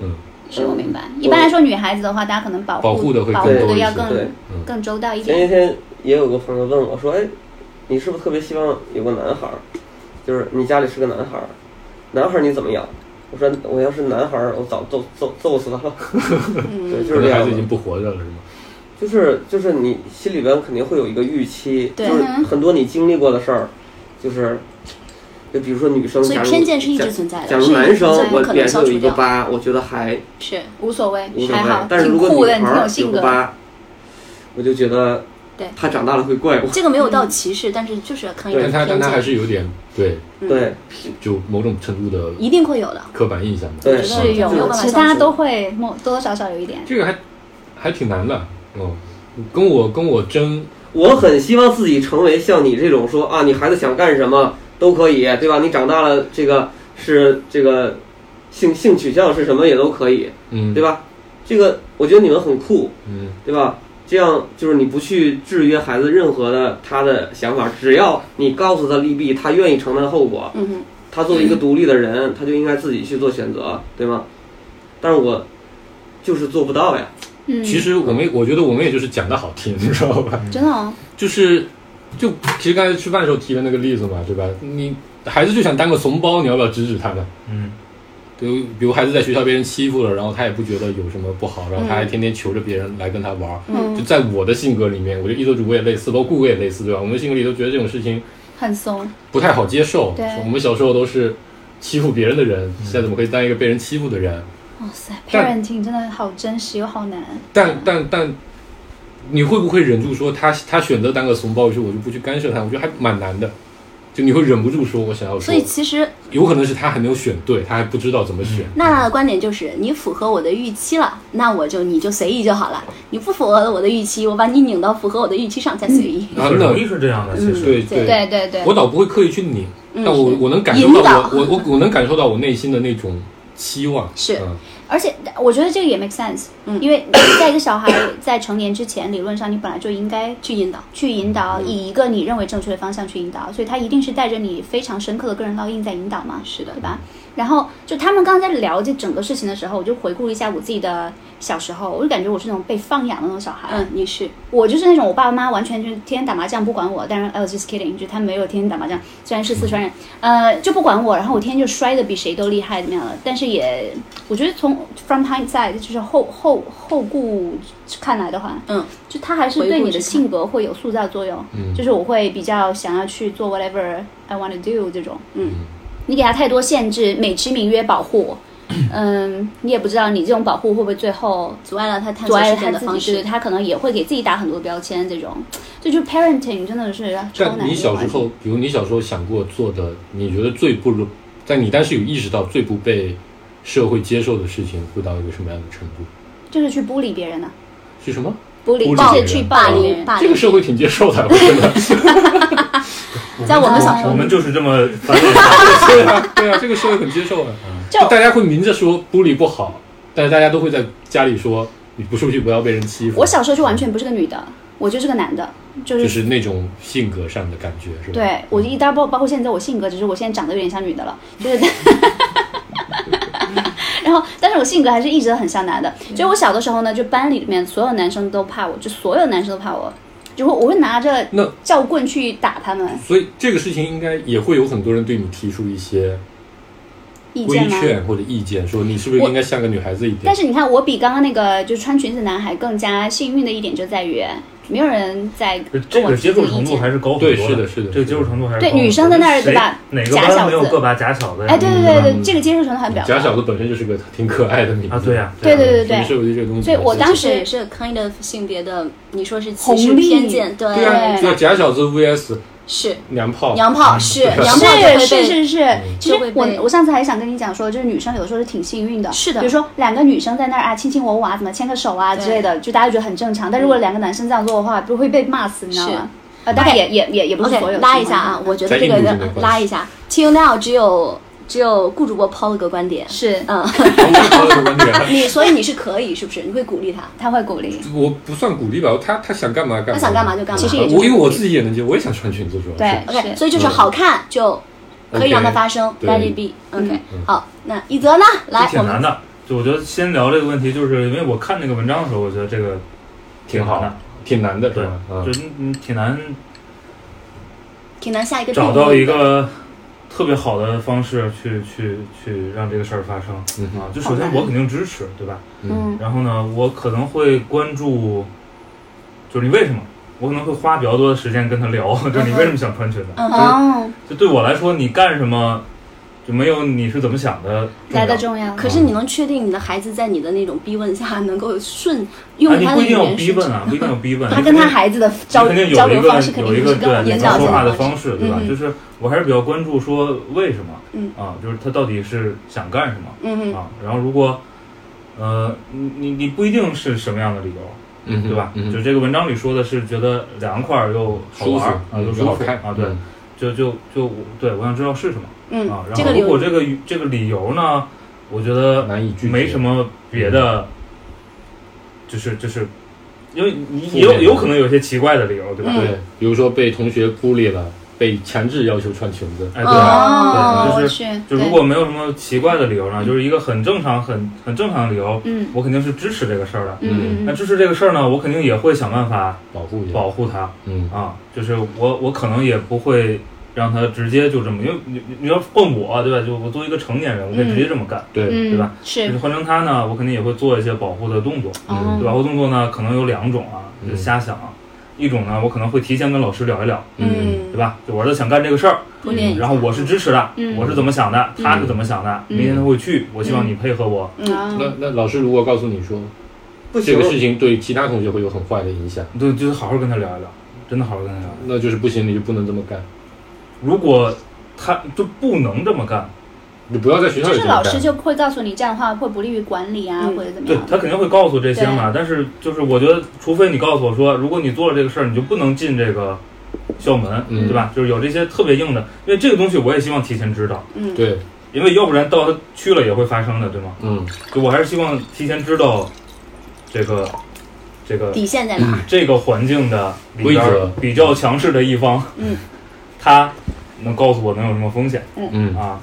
Speaker 4: 嗯，
Speaker 5: 是我明白。一般来说，女孩子的话，大家可能保护
Speaker 4: 保护的会
Speaker 5: 保
Speaker 4: 更
Speaker 5: 护
Speaker 4: 多
Speaker 5: 的
Speaker 4: 一
Speaker 5: 要
Speaker 3: 嗯
Speaker 4: 些
Speaker 6: 对
Speaker 5: 更更周到一
Speaker 6: 前
Speaker 5: 点。
Speaker 6: 些天也有个朋友问我说：“哎，你是不是特别希望有个男孩儿？就是你家里是个男孩儿，男孩儿你怎么养？”我说：“我要是男孩儿，我早揍揍揍死他了。
Speaker 3: 嗯
Speaker 6: 对， 就是
Speaker 4: 可
Speaker 6: 这
Speaker 4: 能孩
Speaker 6: 样
Speaker 4: 子已经
Speaker 6: 的，
Speaker 4: 不活着了，是吗？
Speaker 6: 就是就是你心里边肯定会有一个预期，
Speaker 3: 对
Speaker 6: 就是很多你经历过的事儿，就是。就比如说女生，
Speaker 3: 所以
Speaker 6: 假如
Speaker 3: 偏见是一
Speaker 6: 假
Speaker 3: 直存在的
Speaker 6: 假如
Speaker 3: 是
Speaker 6: 男生
Speaker 3: 是不
Speaker 6: 我
Speaker 3: 可能
Speaker 6: 脸
Speaker 3: 消
Speaker 6: 上有
Speaker 3: 除
Speaker 6: 一个
Speaker 3: 掉
Speaker 6: 疤，我觉得还
Speaker 3: 是
Speaker 5: 无所谓
Speaker 6: 无，所
Speaker 5: 还
Speaker 6: 谓
Speaker 5: 好，。
Speaker 6: 但是
Speaker 5: 挺
Speaker 6: 如果
Speaker 5: 酷
Speaker 6: 女
Speaker 5: 的，你
Speaker 6: 孩
Speaker 5: 挺
Speaker 6: 儿
Speaker 5: 有
Speaker 6: 有
Speaker 5: 性
Speaker 6: 个
Speaker 5: 格。
Speaker 6: 疤，我就觉得
Speaker 3: 对
Speaker 6: 她长大了会怪我。
Speaker 3: 这个没有到歧视，但是就是要看一个
Speaker 4: 但他
Speaker 3: 偏
Speaker 4: 但他
Speaker 3: 见，
Speaker 4: 还是有点对，
Speaker 5: 嗯
Speaker 6: 对，
Speaker 4: 就某种程度的
Speaker 3: 一定会有的。
Speaker 4: 刻板印象吧。
Speaker 6: 对
Speaker 3: 是有没有办法
Speaker 5: 其实大家都会默多多少少有一点。
Speaker 4: 嗯这个还还挺难的，嗯，跟我跟我争，
Speaker 6: 我很希望自己成为像你这种说啊，你孩子想干什么都可以，对吧？你长大了，这个是这个性性取向是什么也都可以，
Speaker 4: 嗯，
Speaker 6: 对吧？这个我觉得你们很酷，
Speaker 4: 嗯，
Speaker 6: 对吧？这样就是你不去制约孩子任何的他的想法，只要你告诉他利弊，他愿意承担后果，
Speaker 3: 嗯哼，
Speaker 6: 他作为一个独立的人，他就应该自己去做选择，对吗？但是我就是做不到呀，
Speaker 5: 嗯，
Speaker 4: 其实我们我觉得我们也就是讲的好听，你知道吧？
Speaker 5: 真的哦，
Speaker 4: 就是就其实刚才吃饭的时候提的那个例子嘛，对吧？你孩子就想当个怂包，你要不要制止他呢？
Speaker 1: 嗯，
Speaker 4: 对，比如孩子在学校被人欺负了，然后他也不觉得有什么不好，然后他还天天求着别人来跟他玩儿。
Speaker 5: 嗯
Speaker 4: 就在我的性格里面，我觉得一周主播也类似，包括顾哥也类似，对吧？我们性格里都觉得这种事情
Speaker 5: 很怂，
Speaker 4: 不太好接受。
Speaker 5: 对
Speaker 4: 我们小时候都是欺负别人的人，
Speaker 1: 嗯
Speaker 4: 现在怎么可以当一个被人欺负的人？
Speaker 5: 哇塞
Speaker 4: 但
Speaker 5: ，parenting 真的好真实又好难。
Speaker 4: 但但但，你会不会忍住说他他选择当个怂包，于是我就不去干涉他？我觉得还蛮难的。就你会忍不住说我想要说
Speaker 3: 所以，其实
Speaker 4: 有可能是他还没有选对，他还不知道怎么选。
Speaker 3: 娜娜的观点就是，你符合我的预期了，那我就你就随意就好了。你不符合我的预期，我把你拧到符合我的预期上才随意。嗯
Speaker 4: 啊
Speaker 1: 嗯很
Speaker 4: 那嗯
Speaker 1: 容易是这样
Speaker 6: 嗯
Speaker 1: 的，其实。
Speaker 4: 对
Speaker 3: 对
Speaker 5: 对对对，
Speaker 4: 我倒不会刻意去拧，
Speaker 3: 嗯
Speaker 4: 但我
Speaker 3: 是
Speaker 4: 我能感受
Speaker 3: 引导
Speaker 4: 到我我我我能感受到我内心的那种期望。
Speaker 5: 是
Speaker 4: 嗯
Speaker 5: 而且我觉得这个也 make sense，、
Speaker 3: 嗯
Speaker 5: 因为在一个小孩在成年之前，理论上你本来就应该
Speaker 3: 去引导。
Speaker 5: 去引导，以一个你认为正确的方向去引导，所以他一定是带着你非常深刻的个人烙印在引导嘛，
Speaker 3: 是的
Speaker 5: 对吧？然后就他们刚才聊这整个事情的时候，我就回顾了一下我自己的小时候，我就感觉我是那种被放养的那种小孩，
Speaker 3: 嗯，你是
Speaker 5: 我就是那种我爸妈完全就是天天打麻将不管我，但是 I was just kidding，就他们没有天天打麻将，虽然是四川人，呃，就不管我，然后我天天就摔的比谁都厉害怎么样了，但是也我觉得从 from hindsight 就是后后后顾看来的话，
Speaker 3: 嗯，
Speaker 5: 就他还是对你的性格会有塑造作用，
Speaker 4: 嗯
Speaker 5: 就是我会比较想要去做 whatever I want to do 这种，
Speaker 3: 嗯，
Speaker 5: 你给他太多限制，美其名曰保护，嗯，你也不知道你这种保护会不会最后
Speaker 3: 阻碍了他探
Speaker 5: 阻
Speaker 3: 索
Speaker 5: 碍
Speaker 3: 世
Speaker 5: 了
Speaker 3: 界
Speaker 5: 他
Speaker 3: 的
Speaker 5: 自
Speaker 3: 方
Speaker 5: 己，对
Speaker 3: 式。
Speaker 5: 他可能也会给自己打很多标签，这种，这就是 parenting 真的是超
Speaker 4: 但
Speaker 5: 难。
Speaker 4: 你小时，候，比如你小时候想过做的，你觉得最不容，在你当时有意识到最不被社会接受的事情，会到一个什么样的程度？
Speaker 5: 就是去孤立别人呢、
Speaker 4: 是什么？
Speaker 5: 不理
Speaker 4: 孤立
Speaker 5: 就
Speaker 4: 别
Speaker 5: 是
Speaker 4: 人
Speaker 5: 去
Speaker 3: 霸
Speaker 5: 霸凌别
Speaker 3: 凌，
Speaker 5: 人。
Speaker 3: 霸
Speaker 4: 这个
Speaker 3: 凌，
Speaker 4: 社会挺接受的，我真的。
Speaker 3: 在我们小时
Speaker 1: 嗯我
Speaker 3: 候，
Speaker 1: 们就是这么反 脸法，
Speaker 4: 对啊，对啊，这个社会很接受的。
Speaker 1: 嗯
Speaker 5: 就
Speaker 4: 大家会明着说玻璃不好，但是大家都会在家里说你不出去不要被人欺负。
Speaker 5: 我小时候就完全不是个女的，我就是个男的，就
Speaker 4: 就是是那种性格上的感觉，是吧？
Speaker 5: 对我一到包包括现在我性格，只是我现在长得有点像女的了，就是。 然后，但是我性格还是一直很像男的。就我小的时候呢，就班里面所有男生都怕我，就所有男生都怕我，就会我会拿着
Speaker 4: 那
Speaker 5: 教棍去打他们，
Speaker 4: 所以这个事情应该也会有很多人对你提出一些
Speaker 5: 意
Speaker 4: 规
Speaker 5: 见吗？
Speaker 4: 劝或者意见，说你是不是
Speaker 5: 我
Speaker 4: 应该像个女孩子一点？
Speaker 5: 但是你看，我比刚刚那个就是穿裙子男孩更加幸运的一点就在于，没有人在
Speaker 1: 这
Speaker 5: 跟我
Speaker 1: 个
Speaker 5: 提
Speaker 1: 接受
Speaker 5: 这个意
Speaker 1: 程度
Speaker 5: 见。
Speaker 1: 还是高很多
Speaker 4: 对，是的，，是的，
Speaker 1: 这个接受程度还是
Speaker 5: 对
Speaker 1: 高很多
Speaker 5: 女生在那儿对吧
Speaker 1: 谁哪个
Speaker 5: 假小
Speaker 1: 班没
Speaker 5: 子
Speaker 1: 有个把假小子呀？
Speaker 5: 哎，对对
Speaker 1: 吧
Speaker 5: 对对，这个接受程度很表
Speaker 4: 假小子本身就是个挺可爱的名字
Speaker 1: 啊，对呀，
Speaker 5: 对
Speaker 1: 呀
Speaker 5: 对对对
Speaker 4: 所以社会对这个东西，
Speaker 5: 所以我当时
Speaker 3: 是也是 kind of 性别的，你说是歧
Speaker 5: 红
Speaker 3: 视
Speaker 5: 利
Speaker 3: 偏见，对，
Speaker 4: 对啊，对啊假小子 vs
Speaker 3: 是
Speaker 4: 娘炮，
Speaker 3: 娘炮，是
Speaker 4: 对
Speaker 3: 娘炮就会
Speaker 5: 是
Speaker 3: 被
Speaker 5: 是是是，其
Speaker 3: 就
Speaker 5: 实
Speaker 3: 会
Speaker 5: 我
Speaker 3: 被
Speaker 5: 我上次还想跟你讲说，就是女生有的时候是挺幸运的，
Speaker 3: 是的
Speaker 5: 比如说两个女生在那儿啊亲亲我我啊，怎么牵个手啊
Speaker 3: 对
Speaker 5: 之类的，就大家觉得很正常。但如果两个男生这样做的话，不会被骂死，你知道
Speaker 3: 是
Speaker 5: 吗？啊，当然也也也也不是
Speaker 3: OK，
Speaker 5: 所有情况
Speaker 3: 拉一下啊，我觉得
Speaker 4: 在
Speaker 3: 这
Speaker 4: 印
Speaker 3: 个
Speaker 4: 度
Speaker 3: 人
Speaker 4: 就没关系
Speaker 3: 拉一下。Till now，只有只有顾主播抛了个观点，
Speaker 5: 是
Speaker 3: 嗯，
Speaker 4: 我不知道这个观点啊
Speaker 3: 你所以你是可以，是不是？你会鼓励他？
Speaker 5: 他会鼓励，
Speaker 4: 我不算鼓励吧，他他想干嘛干嘛，
Speaker 3: 他想干嘛就干嘛
Speaker 5: 其实也就是
Speaker 4: 我因为我自己也能接，我也想穿裙子，主要是
Speaker 5: 对
Speaker 3: OK，
Speaker 5: 是
Speaker 3: 所以就是
Speaker 4: 嗯
Speaker 3: 好看就可以
Speaker 4: OK，
Speaker 3: 让它发生
Speaker 4: 对
Speaker 3: ，Let it be。OK，
Speaker 4: 嗯
Speaker 3: 好，那一泽呢？来，
Speaker 1: 挺
Speaker 3: 我
Speaker 1: 难
Speaker 3: 们
Speaker 1: 的。就我觉得先聊这个问题，就是因为我看这个文章的时候，我觉得这个
Speaker 4: 挺好
Speaker 1: 难的，
Speaker 4: 挺难的，是
Speaker 1: 对
Speaker 4: 吧？，
Speaker 1: 就
Speaker 4: 嗯，
Speaker 1: 你你挺难
Speaker 3: 挺难下一个
Speaker 1: 找
Speaker 3: 定义
Speaker 1: 到一
Speaker 3: 的
Speaker 1: 个特别好的方式去去去让这个事儿发生
Speaker 4: 嗯哼
Speaker 1: 啊。就首先我肯定支持，对吧？
Speaker 4: 嗯
Speaker 1: 然后呢，我可能会关注，就是你为什么，我可能会花比较多的时间跟他聊， 就是你为什么想穿裙子。
Speaker 3: 嗯哼，
Speaker 5: 哦，
Speaker 1: 就对我来说，你干什么就没有你是怎么想的重
Speaker 5: 来
Speaker 1: 要
Speaker 5: 的。重要。
Speaker 3: 可是你能确定你的孩子在你的那种逼问下能够顺
Speaker 1: 啊，
Speaker 3: 用
Speaker 1: 你
Speaker 3: 他
Speaker 1: 不
Speaker 3: 的
Speaker 1: 一
Speaker 3: 语
Speaker 1: 定要
Speaker 3: 言
Speaker 1: 逼
Speaker 3: 顺
Speaker 1: 问啊，不一定要逼问。
Speaker 5: 他
Speaker 1: 你
Speaker 5: 跟他
Speaker 1: 肯定
Speaker 5: 孩子的
Speaker 1: 你
Speaker 5: 交
Speaker 1: 肯定
Speaker 5: 交
Speaker 1: 有一
Speaker 5: 流
Speaker 1: 个
Speaker 5: 方式肯
Speaker 1: 有
Speaker 5: 定
Speaker 1: 一
Speaker 5: 不是
Speaker 1: 个
Speaker 5: 跟我
Speaker 1: 对
Speaker 5: 引
Speaker 1: 你
Speaker 5: 导
Speaker 1: 说
Speaker 5: 性
Speaker 1: 话的
Speaker 5: 的
Speaker 1: 方式，对吧？
Speaker 3: 嗯
Speaker 1: 就是我还是比较关注说为什么，
Speaker 3: 嗯
Speaker 1: 啊，就是他到底是想干什么，
Speaker 3: 嗯哼
Speaker 1: 啊，然后如果，呃，你你你不一定是什么样的理由，
Speaker 4: 嗯哼，
Speaker 1: 对吧？
Speaker 4: 嗯哼
Speaker 1: 就这个文章里说的是觉得凉快儿又好
Speaker 4: 舒服
Speaker 1: 玩儿啊，又
Speaker 4: 又
Speaker 1: 舒
Speaker 4: 好
Speaker 1: 服
Speaker 4: 看
Speaker 1: 啊，对，
Speaker 4: 嗯
Speaker 1: 就就就对，我想知道是什么
Speaker 3: 嗯
Speaker 1: 啊。，
Speaker 3: 这
Speaker 1: 然
Speaker 3: 个
Speaker 1: 后
Speaker 3: 理
Speaker 1: 如果
Speaker 3: 由
Speaker 1: 这个这个理由呢，我觉得
Speaker 4: 难以拒绝，
Speaker 1: 没什么别
Speaker 4: 嗯
Speaker 1: 的，就是就是。因为你
Speaker 4: 负面
Speaker 1: 有
Speaker 4: 的
Speaker 1: 有可能有些奇怪的理由，对吧？
Speaker 3: 嗯
Speaker 4: 对，比如说被同学孤立了，被强制要求穿裙子，
Speaker 1: 哎，对吧，
Speaker 5: 哦，
Speaker 1: 对
Speaker 5: 我
Speaker 1: 就是
Speaker 5: 去，
Speaker 1: 就如果没有什么奇怪的理由
Speaker 3: 嗯
Speaker 1: 呢，就是一个很正常、很很正常的理由，
Speaker 5: 嗯
Speaker 1: 我肯定是支持这个事儿的。
Speaker 5: 对嗯
Speaker 1: 那
Speaker 5: 嗯
Speaker 1: 支持这个事儿呢，我肯定也会想办法
Speaker 4: 保护一下，
Speaker 1: 保护他
Speaker 4: 嗯，
Speaker 1: 啊，就是我我可能也不会让他直接就这么，因为你你你要换我对吧？就我作为一个成年人，我可以直接这么干。
Speaker 4: 对，
Speaker 5: 嗯，
Speaker 1: 对吧？
Speaker 5: 是
Speaker 1: 就是换成他呢，我肯定也会做一些保护的动作，
Speaker 5: 哦
Speaker 1: 对保护动作呢可能有两种啊，就
Speaker 4: 嗯
Speaker 1: 瞎想啊。一种呢，我可能会提前跟老师聊一聊，
Speaker 4: 嗯
Speaker 1: 对吧？就我儿子想干这个事儿，
Speaker 3: 铺垫一下
Speaker 1: 然后我是支持的，
Speaker 5: 嗯
Speaker 1: 我是怎么想的，他是怎么想的，
Speaker 5: 嗯
Speaker 1: 明天他会去，我希望你配合我。
Speaker 5: 嗯
Speaker 4: 那那老师如果告诉你说
Speaker 6: 不
Speaker 4: 这
Speaker 6: 行
Speaker 4: 个，事情对其他同学会有很坏的影响，
Speaker 1: 对，就是好好跟他聊一聊，真的好好跟他聊。
Speaker 4: 那就是不行，你就不能这么干，
Speaker 1: 如果他就不能这么干，
Speaker 4: 你不要在学校
Speaker 5: 就
Speaker 4: 里
Speaker 5: 是
Speaker 4: 这么
Speaker 5: 老师
Speaker 4: 干。
Speaker 5: 就会告诉你这样的话会不利于管理啊，
Speaker 3: 嗯
Speaker 5: 或者怎么
Speaker 1: 对
Speaker 5: 样。
Speaker 1: 他肯定会告诉这些嘛。但是就是我觉得，除非你告诉我说，如果你做了这个事儿，你就不能进这个校门，
Speaker 4: 嗯
Speaker 1: 对吧？就是有这些特别硬的，因为这个东西我也希望提前知道，
Speaker 3: 嗯，
Speaker 4: 对，
Speaker 1: 因为要不然到他去了也会发生的，对吗？
Speaker 4: 嗯，
Speaker 1: 就我还是希望提前知道这个这个
Speaker 3: 底线在哪？
Speaker 1: 这个环境的里边
Speaker 4: 嗯规
Speaker 1: 儿
Speaker 4: 则
Speaker 1: 比较强势的一方，
Speaker 3: 嗯，
Speaker 1: 他能告诉我能有什么风险
Speaker 4: 嗯，
Speaker 1: 啊。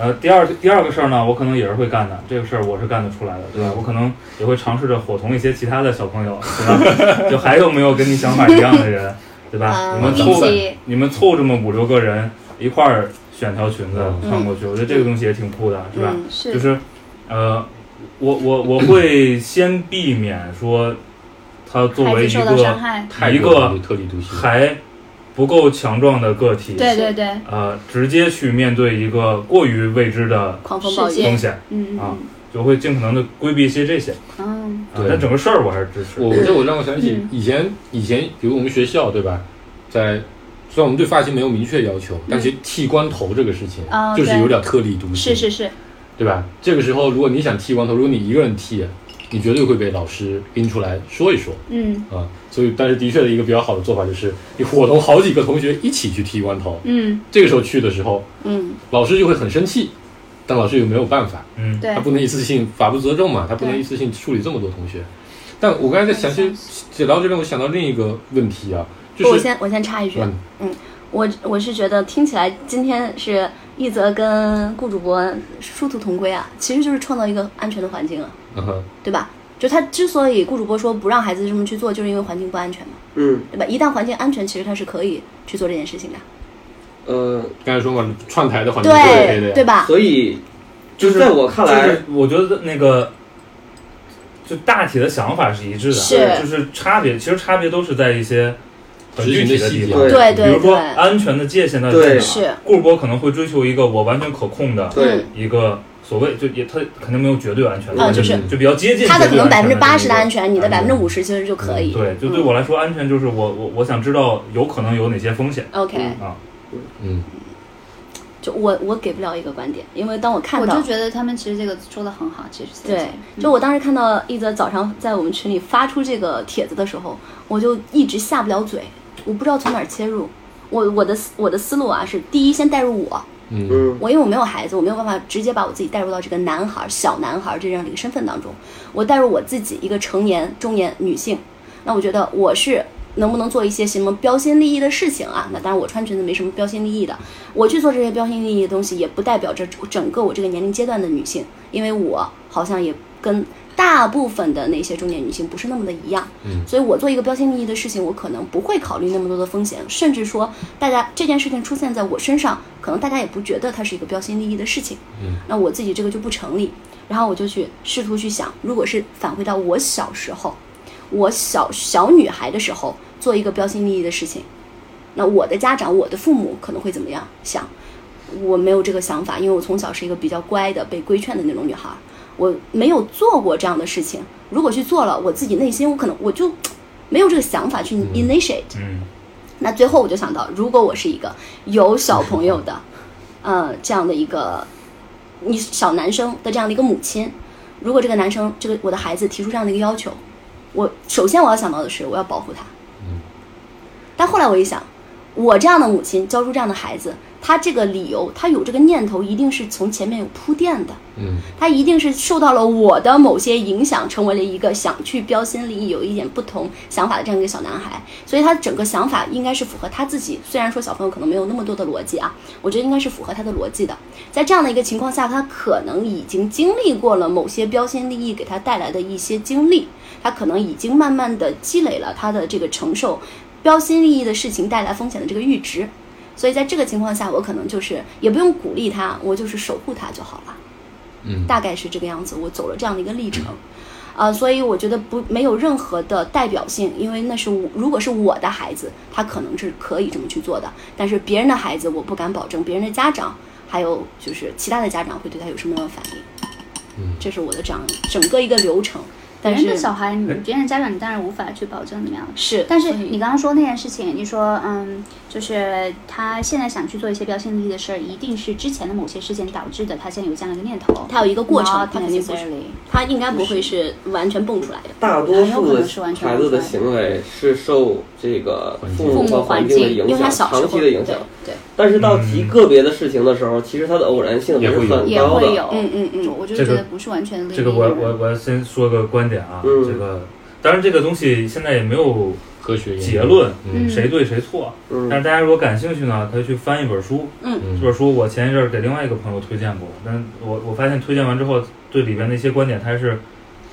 Speaker 1: 呃，第二第二个事儿呢，我可能也是会干的，这个事儿我是干得出来的，对吧？我可能也会尝试着伙同一些其他的小朋友，对吧？就 还有没有跟你想法一样的人，对吧？
Speaker 3: 嗯
Speaker 1: 你们
Speaker 5: 一
Speaker 1: 凑
Speaker 5: 起
Speaker 1: 你们凑这么五六个人一块儿选条裙子穿过去，我觉得这个东西也挺酷的，是吧？
Speaker 3: 嗯
Speaker 5: 是
Speaker 1: 就是，呃，我我我会先避免说，他作
Speaker 5: 孩
Speaker 1: 为
Speaker 5: 子
Speaker 1: 一
Speaker 5: 受到伤
Speaker 1: 个
Speaker 5: 害，
Speaker 4: 泰
Speaker 1: 一
Speaker 4: 国
Speaker 1: 个
Speaker 4: 特立独行，
Speaker 1: 还不够强壮的个体，
Speaker 5: 对对对，嗯
Speaker 1: 呃，直接去面对一个过于未知的
Speaker 3: 狂风暴
Speaker 5: 世
Speaker 3: 雨
Speaker 5: 界，
Speaker 1: 风险，
Speaker 5: 嗯嗯
Speaker 1: 啊就会尽可能的规避一些这些。
Speaker 5: 嗯，
Speaker 1: 啊、
Speaker 4: 对
Speaker 1: 但整个事儿我还是支持。
Speaker 4: 我这我让我想起
Speaker 5: 嗯
Speaker 4: 以前以前，比如我们学校对吧，在虽然我们对发型没有明确要求，但其实剃光头这个事情
Speaker 5: 哦
Speaker 4: 就
Speaker 5: 嗯
Speaker 4: 是
Speaker 5: 对
Speaker 4: 有点特立独行，
Speaker 5: 是是是，
Speaker 4: 对吧？这个时候如果你想剃光头，如果你一个人剃，你绝对会被老师拎出来说一说
Speaker 5: 嗯
Speaker 4: 啊。所以，但是的确的一个比较好的做法就是你伙同好几个同学一起去剃光头，
Speaker 5: 嗯，
Speaker 4: 这个时候去的时候，
Speaker 3: 嗯，
Speaker 4: 老师就会很生气，但老师又没有办法。
Speaker 1: 嗯，
Speaker 5: 对
Speaker 4: 他，不能一次性法不责众嘛，他不能
Speaker 5: 对
Speaker 4: 一次性处理这么多同学。但我刚才在想起解到这边，我想到另一个问题啊，
Speaker 3: 不，
Speaker 4: 就
Speaker 3: 我
Speaker 4: 是
Speaker 3: 先我先插一句，
Speaker 4: 嗯
Speaker 3: 我我是觉得听起来今天是一泽跟顾主播殊途同归啊，其实就是创造一个安全的环境啊，
Speaker 4: 嗯哼
Speaker 3: 对吧？就他之所以顾主播说不让孩子这么去做，就是因为环境不安全嘛，
Speaker 6: 嗯
Speaker 3: 对吧？一旦环境安全，其实他是可以去做这件事情的，
Speaker 6: 呃，
Speaker 4: 刚才说嘛，串台的环境是 OK 的
Speaker 3: 对
Speaker 4: 呀
Speaker 3: 对吧？
Speaker 6: 所以就是在我看
Speaker 1: 就
Speaker 6: 来
Speaker 1: 是，我觉得那个。就大体的想法是一致的，
Speaker 3: 是
Speaker 1: 就是差别，其实差别都是在一些很
Speaker 4: 执
Speaker 1: 具体
Speaker 4: 行的
Speaker 1: 的
Speaker 4: 细
Speaker 1: 地
Speaker 4: 节
Speaker 1: 方，
Speaker 6: 对
Speaker 3: 对
Speaker 1: 比
Speaker 3: 对
Speaker 1: 如说
Speaker 3: 对，
Speaker 1: 安全的界限到底在哪
Speaker 6: 对
Speaker 1: 儿？
Speaker 3: 是，
Speaker 1: 顾博可能会追求一个我完全可控的
Speaker 6: 对
Speaker 1: 一个所谓，就也他肯定没有绝对安全，
Speaker 3: 嗯
Speaker 1: 就
Speaker 4: 就是
Speaker 1: 就比较接近
Speaker 3: 他的可
Speaker 1: 绝
Speaker 3: 能
Speaker 1: 对
Speaker 3: 百
Speaker 1: 安
Speaker 3: 分
Speaker 1: 全
Speaker 3: 之八十的
Speaker 1: 那
Speaker 3: 安
Speaker 1: 种
Speaker 3: 全，你的百分之五十其实就可以。
Speaker 1: 对，就对我来说，安全就是我我我想知道有可能有哪些风险
Speaker 3: OK，
Speaker 1: 啊，
Speaker 4: 嗯，
Speaker 3: 就我我给不了一个观点，因为当我看
Speaker 5: 我
Speaker 3: 到
Speaker 5: 就觉得他们其实这个说的很好，其实
Speaker 3: 对，就
Speaker 5: 嗯
Speaker 3: 我当时看到一则早上在我们群里发出这个帖子的时候，我就一直下不了嘴，我不知道从哪儿切入。我我的思我的思路啊是，第一先带入我，
Speaker 4: 嗯
Speaker 6: 嗯
Speaker 3: 我因为我没有孩子，我没有办法直接把我自己带入到这个男孩儿、小男孩儿这样的一个身份当中。我带入我自己一个成年中年女性，那我觉得我是能不能做一些什么标新立异的事情啊？那当然，我穿裙子没什么标新立异的，我去做这些标新立异的东西，也不代表着整个我这个年龄阶段的女性，因为我好像也跟大部分的那些中年女性不是那么的一样。
Speaker 4: 嗯
Speaker 3: 所以我做一个标新立异的事情，我可能不会考虑那么多的风险，甚至说大家这件事情出现在我身上，可能大家也不觉得它是一个标新立异的事情。
Speaker 4: 嗯，
Speaker 3: 那我自己这个就不成立。然后我就去试图去想，如果是返回到我小时候，我小小女孩的时候做一个标新立异的事情，那我的家长、我的父母可能会怎么样想？我没有这个想法，因为我从小是一个比较乖的、被规劝的那种女孩儿，我没有做过这样的事情。如果去做了，我自己内心我可能我就没有这个想法去 initiate。
Speaker 1: 嗯，
Speaker 3: 那最后我就想到，如果我是一个有小朋友的， 呃，这样的一个你小男生的这样的一个母亲，如果这个男生这个我的孩子提出这样的一个要求，我首先我要想到的是我要保护他。
Speaker 4: 嗯。
Speaker 3: 但后来我一想，我这样的母亲教出这样的孩子，他这个理由，他有这个念头，一定是从前面有铺垫的。
Speaker 4: 嗯
Speaker 3: 他一定是受到了我的某些影响，成为了一个想去标新立异、有一点不同想法的这样一个小男孩。所以他整个想法应该是符合他自己。虽然说小朋友可能没有那么多的逻辑啊，我觉得应该是符合他的逻辑的。在这样的一个情况下，他可能已经经历过了某些标新立异给他带来的一些经历，他可能已经慢慢的积累了他的这个承受标新立异的事情带来风险的这个阈值。所以在这个情况下，我可能就是也不用鼓励他，我就是守护他就好了。
Speaker 4: 嗯，
Speaker 3: 大概是这个样子，我走了这样的一个历程，啊、所以我觉得不没有任何的代表性，因为那是我如果是我的孩子，他可能是可以这么去做的，但是别人的孩子，我不敢保证别人的家长，还有就是其他的家长会对他有什么样的反应，
Speaker 4: 嗯
Speaker 3: 这是我的这样整个一个流程。但
Speaker 5: 别人的
Speaker 3: 是
Speaker 5: 小孩，你别人的家长，你当然无法去保证怎么样。
Speaker 3: 是，
Speaker 5: 但是
Speaker 3: 所以
Speaker 5: 你刚刚说那件事情，你说嗯，就是他现在想去做一些标新立异的事儿，一定是之前的某些事件导致的，他现在有这样的一个念头。
Speaker 3: 它有一个过程，
Speaker 5: Not
Speaker 3: 它肯定不是，
Speaker 5: necessarily
Speaker 3: 它应该不会是完全蹦出来的。
Speaker 6: 大多
Speaker 5: 很有
Speaker 6: 数
Speaker 5: 可
Speaker 6: 的
Speaker 5: 能是完全
Speaker 6: 孩子的行为是受这个父母
Speaker 3: 父
Speaker 6: 和
Speaker 3: 母
Speaker 6: 环
Speaker 3: 境，
Speaker 6: 境的影
Speaker 3: 因为他小
Speaker 6: 响，
Speaker 3: 时候
Speaker 6: 长期的影响。
Speaker 3: 对，对
Speaker 6: 但是到极个别的事情的时候，其实它的偶然性还是很
Speaker 5: 也
Speaker 6: 高
Speaker 5: 会
Speaker 6: 的。
Speaker 5: 有，
Speaker 3: 嗯嗯嗯，
Speaker 5: 我就
Speaker 1: 这
Speaker 5: 觉
Speaker 1: 个
Speaker 5: 得不是完全的。
Speaker 1: 这个我我我先说个观点啊，
Speaker 6: 嗯
Speaker 1: 这个当然这个东西现在也没有
Speaker 4: 科学研究
Speaker 1: 结论，
Speaker 5: 嗯
Speaker 1: 谁对谁错，
Speaker 6: 嗯
Speaker 1: 但是大家如果感兴趣呢，可以去翻一本书，这
Speaker 4: 嗯
Speaker 1: 本书我前一阵儿给另外一个朋友推荐过，但我我发现推荐完之后，对里边的一些观点他是，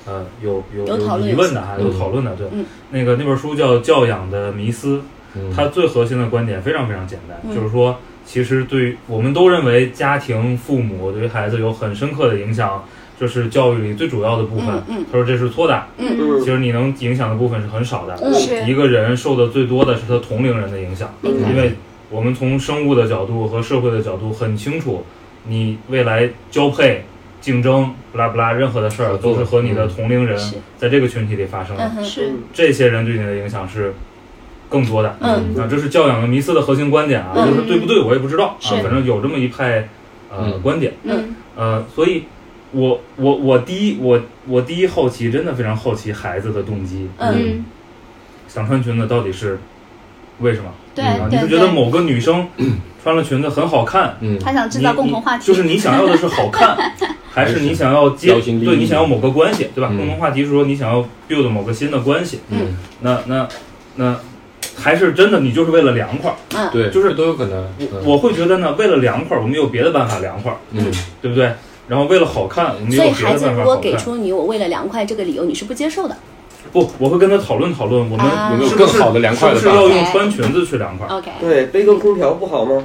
Speaker 1: 呃，有有
Speaker 3: 有讨论
Speaker 1: 疑问的哈，
Speaker 4: 嗯
Speaker 1: 有讨论的。对，
Speaker 3: 嗯
Speaker 1: 那个那本书叫《教养的迷思》，
Speaker 4: 嗯，
Speaker 1: 它最核心的观点非常非常简单，
Speaker 3: 嗯
Speaker 1: 就是说，其实对于我们都认为家庭、父母对于孩子有很深刻的影响，这是教育里最主要的部分。
Speaker 3: 嗯嗯
Speaker 1: 他说这是错的，
Speaker 6: 嗯
Speaker 1: 其实你能影响的部分是很少的。
Speaker 3: 嗯
Speaker 5: 是
Speaker 1: 一个人受的最多的是他同龄人的影响。
Speaker 6: 嗯
Speaker 1: 因为我们从生物的角度和社会的角度很清楚，你未来交配、竞争、不拉不拉，任何的事儿
Speaker 4: 合作
Speaker 1: 都是和你的同龄人
Speaker 3: 嗯是
Speaker 1: 在这个群体里发生
Speaker 3: 嗯
Speaker 1: 的，
Speaker 3: 哼，
Speaker 5: 是
Speaker 1: 这些人对你的影响是更多的。
Speaker 3: 嗯
Speaker 1: 啊，这是教养的迷思的核心观点啊，
Speaker 3: 嗯
Speaker 1: 就是对不对我也不知道啊，
Speaker 3: 是
Speaker 1: 反正有这么一派呃
Speaker 4: 嗯
Speaker 1: 观点，
Speaker 5: 嗯
Speaker 1: 呃，所以我我我第一我我第一好奇，真的非常好奇孩子的动机，
Speaker 3: 嗯
Speaker 5: 嗯，
Speaker 1: 想穿裙子到底是为什么？
Speaker 5: 对
Speaker 1: 啊，你
Speaker 5: 哎对
Speaker 1: 是觉得
Speaker 5: 对，
Speaker 1: 某个女生穿了裙子很好看，
Speaker 4: 嗯
Speaker 5: 他 想制造共同话题，
Speaker 1: 就是你想要的是好 看，还是你想要接
Speaker 4: 标新立异
Speaker 1: 对你想要某个关系，对吧？
Speaker 4: 嗯
Speaker 1: 共同话题是说你想要 build 某个新的关系，
Speaker 4: 嗯，
Speaker 1: 那那那还是真的你就是为了凉快儿。
Speaker 4: 对，
Speaker 1: 就是
Speaker 4: 都有可能。
Speaker 1: 我
Speaker 4: 嗯
Speaker 1: 我会觉得呢，为了凉快儿，我们有别的办法凉快儿，
Speaker 4: 嗯
Speaker 1: 对不对？然后为了好看，我们也
Speaker 3: 所以
Speaker 1: 有别
Speaker 3: 孩
Speaker 1: 的
Speaker 3: 子
Speaker 1: 办
Speaker 3: 如
Speaker 1: 法
Speaker 3: 果
Speaker 1: 好
Speaker 3: 给
Speaker 1: 看。
Speaker 3: 出你我为了凉快这个理由，你是不接受的。
Speaker 1: 不，我会跟他讨论讨论，我们
Speaker 3: 啊
Speaker 4: 有没有
Speaker 1: 是不是
Speaker 4: 更好的凉快的
Speaker 1: 是不是
Speaker 4: 办法
Speaker 1: 要哦用穿裙子去凉快儿？
Speaker 4: 啊
Speaker 3: OK，
Speaker 6: 对，背个空调不好吗？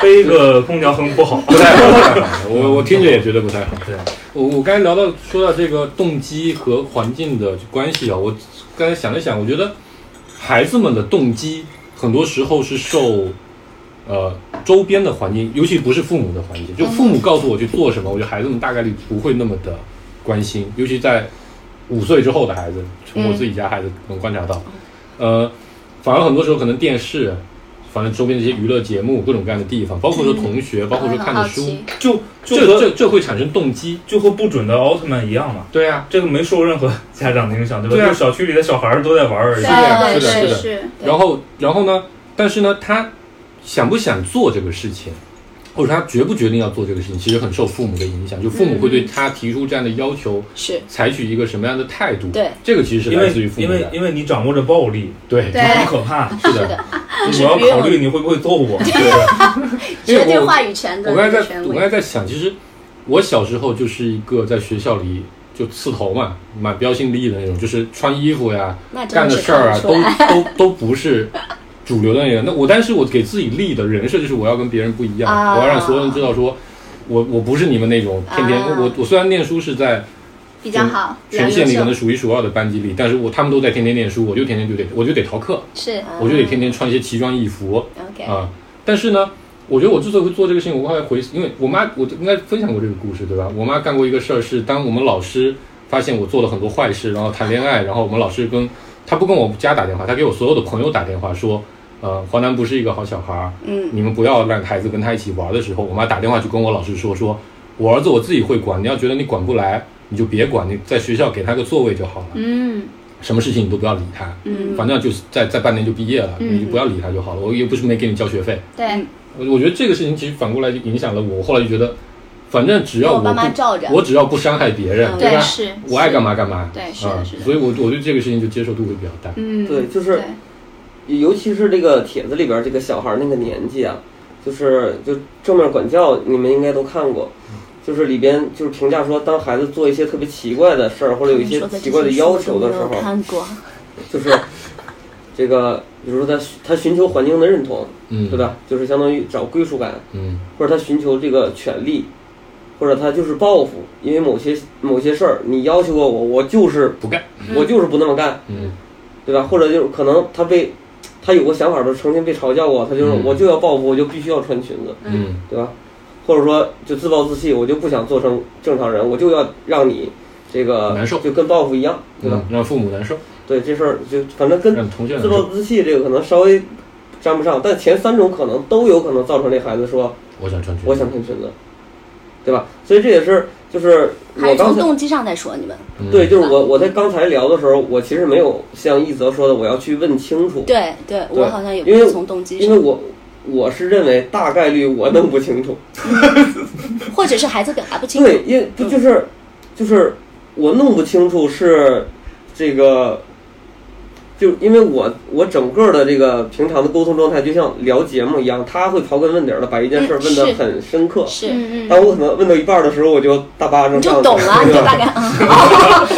Speaker 1: 背个空调很不好。
Speaker 4: 不太好，不太好。我我听着也觉得不太好。
Speaker 1: 对，
Speaker 4: 我我刚才聊到说到这个动机和环境的关系啊，我刚才想了想，我觉得孩子们的动机很多时候是受呃周边的环境，尤其不是父母的环境，就父母告诉我去做什么，我觉得孩子们大概率不会那么的关心，尤其在五岁之后的孩子，从我自己家孩子能观察到，呃，反而很多时候可能电视。反正周边这些娱乐节目，各种各样的地方，包括说同学，包括说看的书，
Speaker 1: 就就
Speaker 4: 这
Speaker 1: 和
Speaker 4: 这这会产生动机。
Speaker 1: 就和不准的奥特曼一样嘛。
Speaker 4: 对啊，
Speaker 1: 这个没受任何家长的影响，对吧？啊
Speaker 4: 对啊
Speaker 1: 就是小区里的小孩儿都在玩儿而已。
Speaker 5: 对
Speaker 4: 的是的
Speaker 5: 对
Speaker 4: 是的
Speaker 5: 是，
Speaker 3: 对
Speaker 4: 然后然后呢？但是呢，他想不想做这个事情，或者他决不决定要做这个事情，其实很受父母的影响。就父母会对他提出这样的要求，
Speaker 3: 是
Speaker 4: 采取一个什么样的态度？
Speaker 3: 对，
Speaker 4: 这个其实是
Speaker 1: 因
Speaker 4: 来
Speaker 1: 为
Speaker 4: 自于父
Speaker 1: 因
Speaker 4: 母
Speaker 1: 为
Speaker 4: 的。
Speaker 1: 因为你掌握着暴力，
Speaker 4: 对，
Speaker 5: 对
Speaker 1: 很可 怕。
Speaker 4: 是的。
Speaker 1: 我要考虑你会不会揍 我。
Speaker 4: 因为
Speaker 3: 绝对
Speaker 4: 我
Speaker 3: 话语权的
Speaker 4: 我刚才
Speaker 3: 那个
Speaker 4: 在
Speaker 3: 权
Speaker 4: 我
Speaker 3: 威
Speaker 4: 刚。才在想，其实我小时候就是一个在学校里就刺头嘛，蛮标新立异的那种，就是穿衣服呀，
Speaker 3: 那真
Speaker 4: 干
Speaker 3: 的
Speaker 4: 的
Speaker 3: 是
Speaker 4: 事
Speaker 3: 看
Speaker 4: 儿啊，
Speaker 3: 不
Speaker 4: 都
Speaker 3: 出来。
Speaker 4: 都都不是主流的那个。那我，但是我给自己立的人设就是我要跟别人不一样，
Speaker 3: 啊
Speaker 4: 我要让所有人知道说，我我不是你们那种天天、
Speaker 3: 啊
Speaker 4: 我我虽然念书是在
Speaker 5: 比较好，
Speaker 4: 全县里可能数一数二的班级里，但是我他们都在天天念书，我就天天就得我就得逃课，
Speaker 5: 是
Speaker 4: 我就
Speaker 3: 啊
Speaker 4: 得天天穿一些奇装异服
Speaker 5: 嗯
Speaker 3: OK，
Speaker 4: 啊。但是呢。我觉得我之所以会做这个事情，我后来回，因为我妈，我应该分享过这个故事，对吧？我妈干过一个事儿，是当我们老师发现我做了很多坏事，然后谈恋爱，然后我们老师跟他不跟我家打电话，他给我所有的朋友打电话说，呃，华南不是一个好小孩儿，
Speaker 3: 嗯，
Speaker 4: 你们不要让孩子跟他一起玩的时候，我妈打电话去跟我老师说，说我儿子我自己会管，你要觉得你管不来，你就别管，你在学校给他个座位就好了，
Speaker 5: 嗯
Speaker 4: 什么事情你都不要理他，
Speaker 5: 嗯，
Speaker 4: 反正就是在在半年就毕业了，你就不要理他就好了，我又不是没给你交学费。
Speaker 5: 对，
Speaker 4: 我我觉得这个事情其实反过来就影响了我，我后来就觉得，反正只要
Speaker 3: 我
Speaker 4: 我
Speaker 3: 爸妈
Speaker 4: 不，
Speaker 3: 照着，
Speaker 4: 我只要不伤害别人，
Speaker 3: 嗯
Speaker 4: 吧
Speaker 5: 对？是，
Speaker 4: 我爱干嘛干嘛，
Speaker 5: 对是
Speaker 4: 啊
Speaker 5: 的是，的
Speaker 4: 所以我我对这个事情就接受度会比较大。
Speaker 5: 嗯，
Speaker 6: 对，就是尤其是这个帖子里边这个小孩那个年纪啊，就是就正面管教，你们应该都看过，就是里边就是评价说，当孩子做一些特别奇怪的事儿或者有一些
Speaker 3: 说的
Speaker 6: 奇怪的要求的时候，
Speaker 3: 看过，
Speaker 6: 就是这个，比如说他他寻求环境的认同，
Speaker 4: 嗯，
Speaker 6: 对？吧？就是相当于找归属感，
Speaker 4: 嗯
Speaker 6: 或者他寻求这个权利，或者他就是报复，因为某些某些事儿你要求过我，我就是
Speaker 4: 不干，
Speaker 3: 嗯
Speaker 6: 我就是不那么干，
Speaker 4: 嗯
Speaker 6: 对吧？或者就是可能他被他有过想法的时候，曾经被嘲笑过，他就是
Speaker 4: 嗯
Speaker 6: 我就要报复，我就必须要穿裙子，
Speaker 4: 嗯
Speaker 6: 对吧？或者说就自暴自弃，我就不想做成正常人，我就要让你这个
Speaker 4: 难受
Speaker 6: 就跟报复一样，对吧？
Speaker 4: 嗯让父母难受，
Speaker 6: 对这事儿就反正跟
Speaker 4: 让同学难
Speaker 6: 自暴
Speaker 4: 受。
Speaker 6: 自弃这个可能稍微沾不上，但前三种可能都有可能造成这孩子说
Speaker 4: 我想穿裙子，
Speaker 6: 我想穿裙子，对吧？所以这也是就是
Speaker 3: 还
Speaker 6: 我
Speaker 3: 是
Speaker 6: 刚
Speaker 3: 从
Speaker 6: 才
Speaker 3: 动机上再说你们。
Speaker 4: 嗯
Speaker 6: 对，就是我我在刚才聊的时候，我其实没有像一泽说的我要去问清楚，
Speaker 3: 对对，我好像也不
Speaker 6: 因为
Speaker 3: 是从动机
Speaker 6: 因为
Speaker 3: 上，
Speaker 6: 我我是认为大概率我弄不清楚，
Speaker 3: 或者是孩子表达不清楚。
Speaker 6: 对，因为不就是就是我弄不清楚是这个。就因为我我整个的这个平常的沟通状态，就像聊节目一样，他会刨根问底儿的把一件事儿
Speaker 3: 嗯
Speaker 6: 问得
Speaker 3: 是
Speaker 6: 很深刻。
Speaker 3: 是，
Speaker 5: 嗯嗯，
Speaker 6: 当我可能问到一半儿的时候，我就大巴掌
Speaker 3: 你
Speaker 6: 上
Speaker 3: 就
Speaker 6: 去
Speaker 3: 懂了，你
Speaker 6: 对
Speaker 3: 就
Speaker 6: 吧
Speaker 3: 大概啊，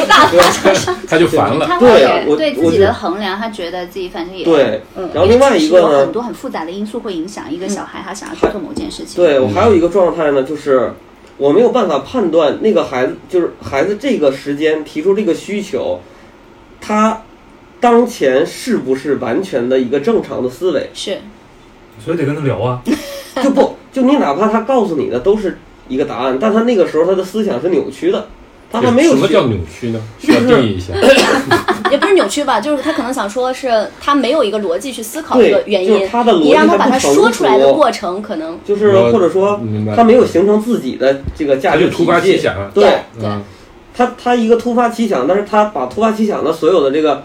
Speaker 4: 他就烦了。
Speaker 5: 他
Speaker 6: 对啊
Speaker 5: 会
Speaker 6: 我
Speaker 5: 对自
Speaker 6: 我
Speaker 5: 己
Speaker 6: 觉
Speaker 5: 的
Speaker 6: 得
Speaker 5: 衡量，他觉得自己反正也
Speaker 6: 对，
Speaker 5: 嗯，
Speaker 6: 然后另外一个
Speaker 5: 也确实有
Speaker 6: 呢嗯
Speaker 5: 很，多很复杂的因素会影响一个小孩他想要去做某件事情。嗯
Speaker 6: 对
Speaker 4: 嗯
Speaker 6: 我还有一个状态呢，就是我没有办法判断那个孩子，就是孩子这个时间提出这个需求，他当前是不是完全的一个正常的思维？
Speaker 3: 是
Speaker 1: 所以得跟他聊啊。
Speaker 6: 就不就你哪怕他告诉你的都是一个答案，但他那个时候他的思想是扭曲的，他还没有
Speaker 4: 什么
Speaker 6: 学
Speaker 4: 叫扭曲呢？需要定义一下。
Speaker 3: 也不是扭曲吧？就是他可能想说是他没有一个逻辑去思考这个
Speaker 6: 对，
Speaker 3: 原
Speaker 6: 就是
Speaker 3: 因，
Speaker 6: 他的逻
Speaker 3: 你
Speaker 6: 辑还
Speaker 3: 让
Speaker 6: 不
Speaker 3: 他把它
Speaker 6: 成
Speaker 3: 说出来的
Speaker 6: 熟
Speaker 3: 过程可能
Speaker 6: 就是
Speaker 4: 我
Speaker 6: 或者说
Speaker 4: 明白嗯
Speaker 6: 他没有形成自己的这个价
Speaker 4: 他
Speaker 6: 值
Speaker 4: 就
Speaker 6: 体系，
Speaker 4: 突发奇想啊。
Speaker 6: 对
Speaker 4: 嗯，
Speaker 6: 他他一个突发奇想，但是他把突发奇想的所有的这个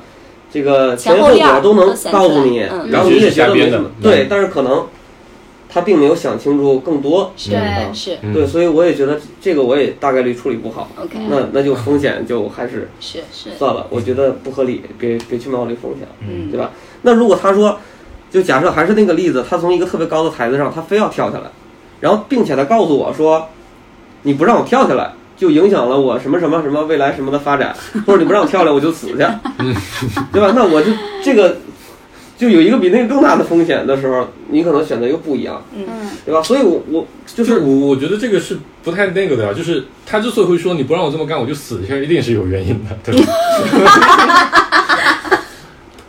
Speaker 6: 这个前因
Speaker 3: 前后
Speaker 6: 后
Speaker 3: 料
Speaker 6: 果都能
Speaker 3: 都显出来
Speaker 6: 告诉你，
Speaker 3: 嗯
Speaker 6: 然后你也觉得没什么
Speaker 4: 嗯，
Speaker 6: 对，但是可能他并没有想清楚更多，
Speaker 3: 是
Speaker 5: 对
Speaker 3: 是
Speaker 4: 嗯
Speaker 6: 对，所以我也觉得这个我也大概率处理不好，
Speaker 3: OK
Speaker 6: 那那就风险就还是
Speaker 3: 是是
Speaker 6: 算了，我觉得不合理，别别去冒这风险，
Speaker 3: 嗯
Speaker 6: 对吧？那如果他说，就假设还是那个例子，他从一个特别高的台子上，他非要跳下来，然后并且他告诉我说，你不让我跳下来，就影响了我什么什么什么未来什么的发展，或者你不让我跳下来，我就死去， 对吧？那我就这个就有一个比那个更大的风险的时候，你可能选择又不一样，
Speaker 5: 嗯，
Speaker 6: 对吧？所以我我就
Speaker 4: 就是
Speaker 6: 是
Speaker 4: 我我觉得这个是不太那个的啊，就是他之所以会说你不让我这么干，我就死一下，一定是有原因的，对吧？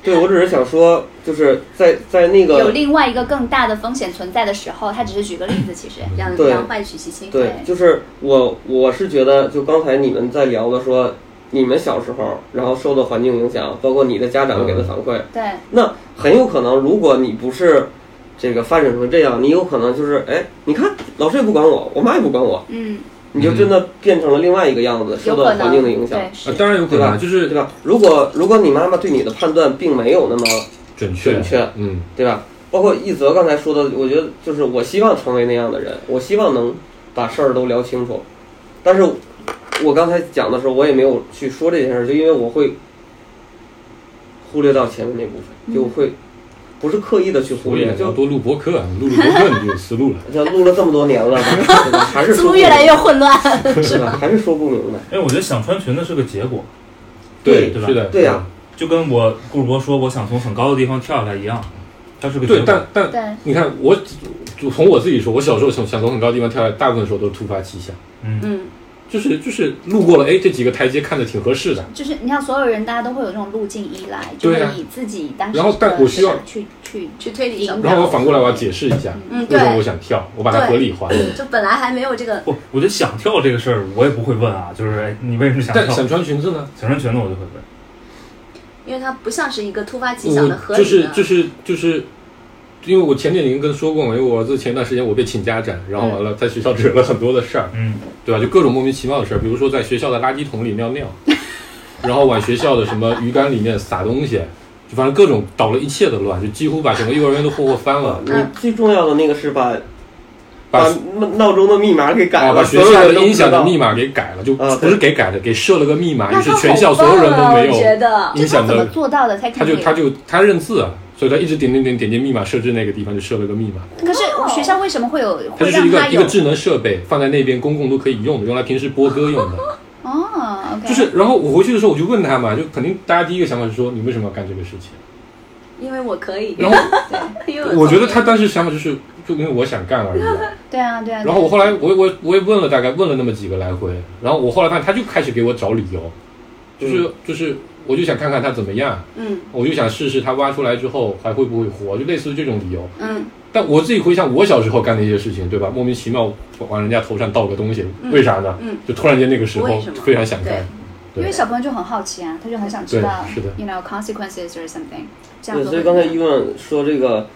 Speaker 6: 对我只是想说，就是在在那
Speaker 5: 有
Speaker 6: 个
Speaker 5: 另外一个更大的风险存在的时候，他只是举个例子，其实让
Speaker 6: 对
Speaker 5: 让坏取其轻。
Speaker 6: 对，就是我我是觉得，就刚才你们在聊的说，你们小时候然后受到环境影响，包括你的家长给的反馈，
Speaker 5: 对，
Speaker 6: 那很有可能，如果你不是这个发展成这样，你有可能就是哎，你看老师也不管我，我妈也不管我，
Speaker 5: 嗯，
Speaker 6: 你就真的变成了另外一个样子，
Speaker 5: 有
Speaker 6: 受到
Speaker 5: 可
Speaker 6: 环
Speaker 5: 能
Speaker 6: 境的影响。
Speaker 5: 对，
Speaker 4: 啊
Speaker 5: 是，
Speaker 4: 当然有可能啊，
Speaker 6: 对吧
Speaker 4: 就是
Speaker 6: 对吧？如果如果你妈妈对你的判断并没有那么
Speaker 4: 准确，
Speaker 6: 准确，
Speaker 4: 嗯，
Speaker 6: 对吧？包括一泽刚才说的，我觉得就是我希望成为那样的人，我希望能把事儿都聊清楚。但是我刚才讲的时候，我也没有去说这件事儿，就因为我会忽略到前面那部分，
Speaker 3: 嗯
Speaker 6: 就会不是刻意的去忽
Speaker 4: 所以
Speaker 6: 略，
Speaker 4: 要
Speaker 6: 就
Speaker 4: 多录播客啊，录录播客你就有思 路了。
Speaker 6: 像录了这么多年了，对吧还是
Speaker 3: 思
Speaker 6: 说
Speaker 3: 路
Speaker 6: 不
Speaker 3: 越来
Speaker 6: 明
Speaker 3: 越混乱。
Speaker 6: 白对吧？还是说不明白。
Speaker 1: 哎，我觉得想穿裙子是个结果，
Speaker 6: 对
Speaker 1: 对吧
Speaker 4: 是的，
Speaker 6: 对呀
Speaker 1: 就跟我顾主播说我想从很高的地方跳下来一样，它是个
Speaker 4: 对
Speaker 1: 结，果
Speaker 4: 但。但
Speaker 5: 对，
Speaker 4: 你看我，就从我自己说，我小时候想想从很高地方跳下来，大部分时候都是突发奇想，
Speaker 1: 嗯，
Speaker 3: 嗯，
Speaker 4: 就是就是路过了，哎，这几个台阶看着挺合适的，
Speaker 5: 就是你像所有人，大家都会有这种路径依赖，就
Speaker 4: 对
Speaker 5: 会
Speaker 4: 啊
Speaker 5: 以自己当时
Speaker 4: 然后但
Speaker 5: 的
Speaker 4: 我希望
Speaker 5: 想去去
Speaker 2: 去推理一下
Speaker 5: 引导
Speaker 4: 然后我反过来我要解释一下，
Speaker 3: 嗯
Speaker 4: 为
Speaker 3: 对
Speaker 4: 什么我想跳，我把它
Speaker 3: 对
Speaker 4: 合理化。
Speaker 3: 就本来还没有这个，
Speaker 1: 不，我觉得想跳这个事儿我也不会问啊，就是哎你为什么想
Speaker 4: 但
Speaker 1: 跳？
Speaker 4: 想穿裙子呢？
Speaker 1: 想穿裙子我就会问。
Speaker 2: 因为它不像是一个突发奇想的合
Speaker 4: 我
Speaker 2: 理
Speaker 4: 嗯就
Speaker 2: 的。
Speaker 4: 是就是就是，因为我前几年已经跟说过嘛，因为我儿子前段时间我被请家长，然后完
Speaker 2: 嗯
Speaker 4: 了在学校惹了很多的事儿，
Speaker 1: 嗯，
Speaker 4: 对吧？就各种莫名其妙的事儿，比如说在学校的垃圾桶里尿尿，然后往学校的什么鱼缸里面撒东西，就反正各种捣了一切的乱，就几乎把整个幼儿园都霍霍翻了，
Speaker 6: 你
Speaker 3: 嗯
Speaker 6: 最重要的那个是把
Speaker 4: 把
Speaker 6: 把闹钟的密码给 改
Speaker 4: 啊把
Speaker 6: 了，
Speaker 4: 学
Speaker 6: 所有
Speaker 4: 校
Speaker 6: 人
Speaker 4: 的
Speaker 6: 都不
Speaker 4: 音响
Speaker 6: 知
Speaker 4: 的
Speaker 6: 道
Speaker 4: 密码给改了，就
Speaker 6: 啊
Speaker 4: 不是
Speaker 6: 对
Speaker 4: 给改的，给设了个密码，于
Speaker 3: 那
Speaker 4: 是
Speaker 3: 他
Speaker 4: 全校
Speaker 3: 好
Speaker 4: 所有人
Speaker 3: 棒
Speaker 4: 都
Speaker 3: 啊
Speaker 4: 没
Speaker 3: 我觉
Speaker 4: 有
Speaker 3: 得
Speaker 5: 就他
Speaker 4: 音响
Speaker 5: 怎么
Speaker 4: 的，
Speaker 5: 做到的才可以？
Speaker 4: 他就他就他认字啊。所以他一直点点点点进密码设置那个地方就设了个密码，
Speaker 5: 可是
Speaker 6: 哦
Speaker 5: 学校为什么会有
Speaker 4: 它
Speaker 5: 会
Speaker 4: 就是
Speaker 5: 让
Speaker 4: 一个
Speaker 5: 他
Speaker 4: 一个
Speaker 5: 有？
Speaker 4: 智能设备，放在那边公共都可以用的，用来平时播歌用 的。
Speaker 5: 哦，OK，
Speaker 4: 就是，然后我回去的时候我就问他嘛，就肯定大家第一个想法是说你为什么要干这个事情？
Speaker 2: 因为我可以，
Speaker 4: 然后
Speaker 2: 因为
Speaker 4: 我觉得
Speaker 2: 聪
Speaker 4: 他当时想法就是就因为我想干而已啊。
Speaker 5: 对啊对啊。
Speaker 4: 然后我后来我我我也问了大概问了那么几个来回，然后我后来发现他就开始给我找理由，就是就是我就想看看他怎么样，
Speaker 3: 嗯
Speaker 4: 我就想试试他挖出来之后还会不会活，就类似于这种理由。
Speaker 3: 嗯，
Speaker 4: 但我自己回想我小时候干的一些事情，对吧？莫名其妙往人家头上倒个东西，为啥呢？
Speaker 3: 嗯
Speaker 4: 就突然间那个时候
Speaker 2: 为什么
Speaker 4: 非常想干
Speaker 2: 对，
Speaker 5: 因为
Speaker 4: 对
Speaker 5: 小朋友就很好奇啊，他就很想知
Speaker 4: 对
Speaker 5: 道
Speaker 4: 是的
Speaker 5: ，you know consequences or something，这样
Speaker 6: 对，
Speaker 5: 子
Speaker 6: 所以
Speaker 5: 会
Speaker 6: 刚才
Speaker 5: 怎么
Speaker 6: 一
Speaker 5: 样
Speaker 6: 问说这个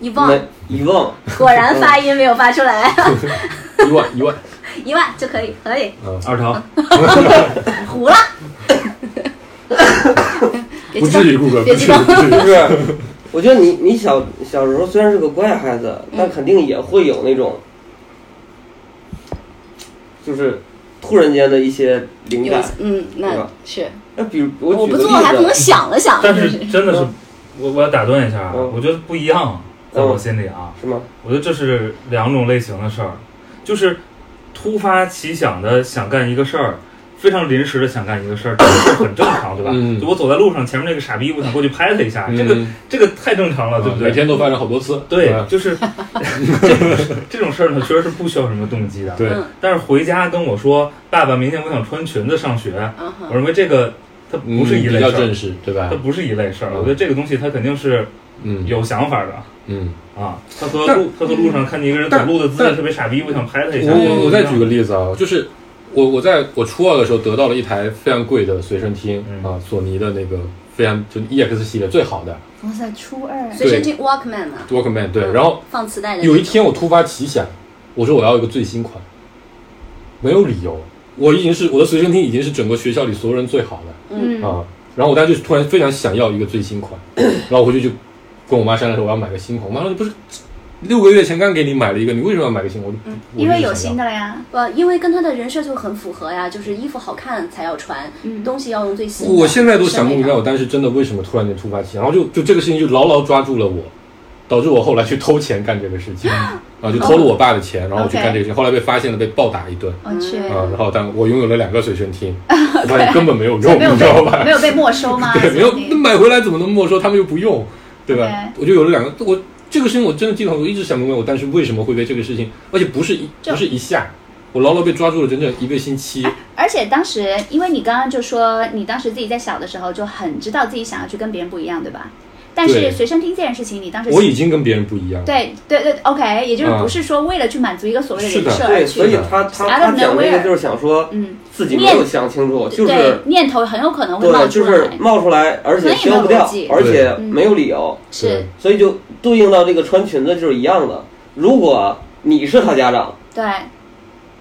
Speaker 2: 一万
Speaker 6: 没遗忘，
Speaker 2: 果
Speaker 4: 嗯
Speaker 2: 然发音没有发出来，
Speaker 4: 一万一万，
Speaker 2: 一万就可以，可以
Speaker 4: 嗯，
Speaker 1: 二条，
Speaker 2: 糊了。
Speaker 3: 别
Speaker 4: 不
Speaker 3: 激动
Speaker 4: 至于，顾哥，不
Speaker 3: 别
Speaker 4: 至
Speaker 3: 激
Speaker 4: 于，
Speaker 3: 动
Speaker 4: 不至于。
Speaker 6: 就是， 我觉得你你小小时候虽然是个乖孩子，但肯定也会有那种，就是突然间的一些灵
Speaker 3: 有
Speaker 6: 感
Speaker 3: 一。嗯，
Speaker 6: 对
Speaker 3: 那
Speaker 6: 吧
Speaker 3: 是
Speaker 6: 那比如我
Speaker 3: 我
Speaker 6: 举
Speaker 3: 不
Speaker 6: 个
Speaker 3: 做还不
Speaker 6: 例
Speaker 3: 能
Speaker 6: 子，
Speaker 3: 想了想，
Speaker 1: 但
Speaker 3: 是
Speaker 1: 是真的是
Speaker 6: 嗯，
Speaker 1: 我我要打断一下啊，
Speaker 4: 哦
Speaker 6: 嗯
Speaker 1: 我觉得不一样，在我心里啊，
Speaker 6: 是吗？
Speaker 1: 我觉得这是两种类型的事儿，就是突发奇想的想干一个事儿。非常临时的想干一个事儿，这个事儿很正常，对吧？
Speaker 4: 嗯
Speaker 1: 就我走在路上，前面那个傻逼，我想过去拍他一下，这个
Speaker 4: 嗯
Speaker 1: 这个太正常了，对不对？
Speaker 4: 每天都发生好多次，
Speaker 1: 对，
Speaker 4: 吧
Speaker 1: 就是 这这种事儿呢，确实是不需要什么动机的。
Speaker 4: 对，
Speaker 3: 嗯
Speaker 1: 但是回家跟我说，爸爸，明天我想穿裙子上学，
Speaker 3: 嗯
Speaker 1: 我
Speaker 3: 哼，
Speaker 1: 认为这个它
Speaker 4: 嗯
Speaker 1: 不是一
Speaker 4: 比
Speaker 1: 类
Speaker 4: 较
Speaker 1: 事
Speaker 4: 正
Speaker 1: 儿，
Speaker 4: 式，对吧
Speaker 1: 它？不是一类事儿。
Speaker 4: 嗯
Speaker 1: 我觉得这个东西它肯定是
Speaker 4: 嗯，
Speaker 1: 有想法的
Speaker 4: 嗯，
Speaker 1: 啊。它和
Speaker 4: 但
Speaker 1: 路，它和路上看见一个人走
Speaker 4: 但
Speaker 1: 路的姿势
Speaker 4: 但
Speaker 1: 特别傻逼，我想拍他一下。
Speaker 4: 我我我再
Speaker 5: 嗯
Speaker 4: 举个
Speaker 1: 例，
Speaker 4: 例子啊，就是我我在我初二的时候得到了一台非常贵的随身听
Speaker 1: 嗯
Speaker 4: 啊，索尼的那个非常就 EX 系列最好的
Speaker 5: 哇塞，初二
Speaker 2: 随身听 Walkman 嘛，
Speaker 4: Walkman，对，
Speaker 2: 嗯
Speaker 4: 然后
Speaker 2: 放磁带的那种。
Speaker 4: 有一天我突发奇想，我说我要一个最新款，没有理由，我已经是我的随身听已经是整个学校里所有人最好的
Speaker 5: 嗯，
Speaker 4: 啊，然后我当时就突然非常想要一个最 新款，然后我回去就跟我妈商量说我要买个新款，我妈说你不是六个月前刚给你买了一个，你为什么要买个新款？我就我就
Speaker 5: 嗯因为有
Speaker 4: 想要
Speaker 5: 新的了呀，
Speaker 2: 呃，因为跟他的人设就很符合呀，就是衣服好看才要穿，
Speaker 5: 嗯
Speaker 2: 东西要用最新的。
Speaker 4: 我现在都想不明白，
Speaker 2: 审美
Speaker 4: 我当时真的为什么突然间突发奇想，然后就就这个事情就牢牢抓住了我，导致我后来去偷钱干这个事 情，啊，就偷了我爸的钱，然后我去干这个事情，后来被发现了，被暴打一顿
Speaker 5: 我去，
Speaker 4: 啊，然后但我拥有了两个随身 听，我发现根本没有用，
Speaker 5: 没有
Speaker 4: 你知道
Speaker 5: 被
Speaker 4: 吧
Speaker 5: 没？有被没收吗？
Speaker 4: 对，没有
Speaker 5: 所以
Speaker 4: 那买回来怎么能没收？他们又不用，对吧
Speaker 5: OK
Speaker 4: 我就有了两个，我这个事情我真的记得很，我一直想不明白，我当时为什么会被这个事情，而且不是一
Speaker 5: 这
Speaker 4: 不是一下，我牢牢被抓住了整整一个星期，
Speaker 5: 啊而且当时，因为你刚刚就说你当时自己在小的时候就很知道自己想要去跟别人不一样，对吧？但
Speaker 4: 对
Speaker 5: 是随身听这件事情，你当时
Speaker 4: 我已经跟别人不一样了。
Speaker 5: 对对对，OK，也就是
Speaker 4: 嗯
Speaker 5: 不是说为了去满足一个所谓的人
Speaker 4: 是
Speaker 5: 设
Speaker 4: 的
Speaker 5: 而
Speaker 6: 对，
Speaker 5: 去
Speaker 6: 所以他他他
Speaker 5: Out of
Speaker 6: 讲这个
Speaker 5: nowhere
Speaker 6: 就是想说
Speaker 5: 嗯，
Speaker 6: 自己没有想清楚，就是
Speaker 5: 对，念头很有可能会冒
Speaker 6: 对，
Speaker 5: 出
Speaker 6: 就
Speaker 5: 来，
Speaker 6: 是冒出来，而且消不掉
Speaker 5: 可能也没有逻辑，
Speaker 6: 而且没有理由，
Speaker 5: 是
Speaker 6: 所以就对应到这个穿裙子就是一样的。如果你是他家长，
Speaker 5: 对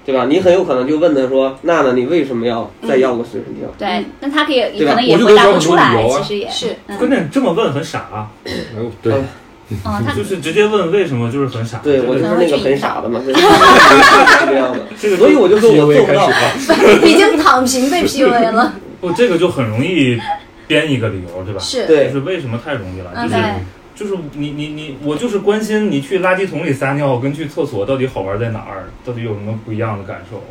Speaker 6: 对吧？你很有可能就问他说：“娜娜，你为什么要再要个随身听？”
Speaker 5: 对
Speaker 2: 嗯，
Speaker 5: 那他可以
Speaker 6: 对吧
Speaker 5: 可能也
Speaker 4: 我就
Speaker 5: 回
Speaker 4: 跟
Speaker 5: 答
Speaker 4: 他
Speaker 5: 不
Speaker 4: 说
Speaker 5: 出
Speaker 4: 理
Speaker 5: 来，
Speaker 4: 由啊
Speaker 5: 其实也
Speaker 2: 是
Speaker 5: 嗯
Speaker 1: 关键你这么问很傻，啊
Speaker 4: 没有对，
Speaker 5: 哦，他
Speaker 1: 就是直接问为什么就是很傻。
Speaker 6: 对，
Speaker 1: 这个
Speaker 6: 我就是那个很傻的嘛，就是这个 样子。
Speaker 1: 这个
Speaker 6: 所以我就说我
Speaker 4: PUA
Speaker 6: 做不
Speaker 4: 开始
Speaker 6: 到。
Speaker 4: 了。
Speaker 2: 已经躺平被 PUA 了，
Speaker 1: 不这个就很容易编一个理由，对吧？
Speaker 2: 是
Speaker 1: 就
Speaker 6: 对
Speaker 1: 是为什么太容易了，
Speaker 2: 嗯
Speaker 1: 就是
Speaker 5: 对
Speaker 1: 就是你你你，我就是关心你去垃圾桶里撒尿跟去厕所到底好玩在哪儿，到底有什么不一样的感受？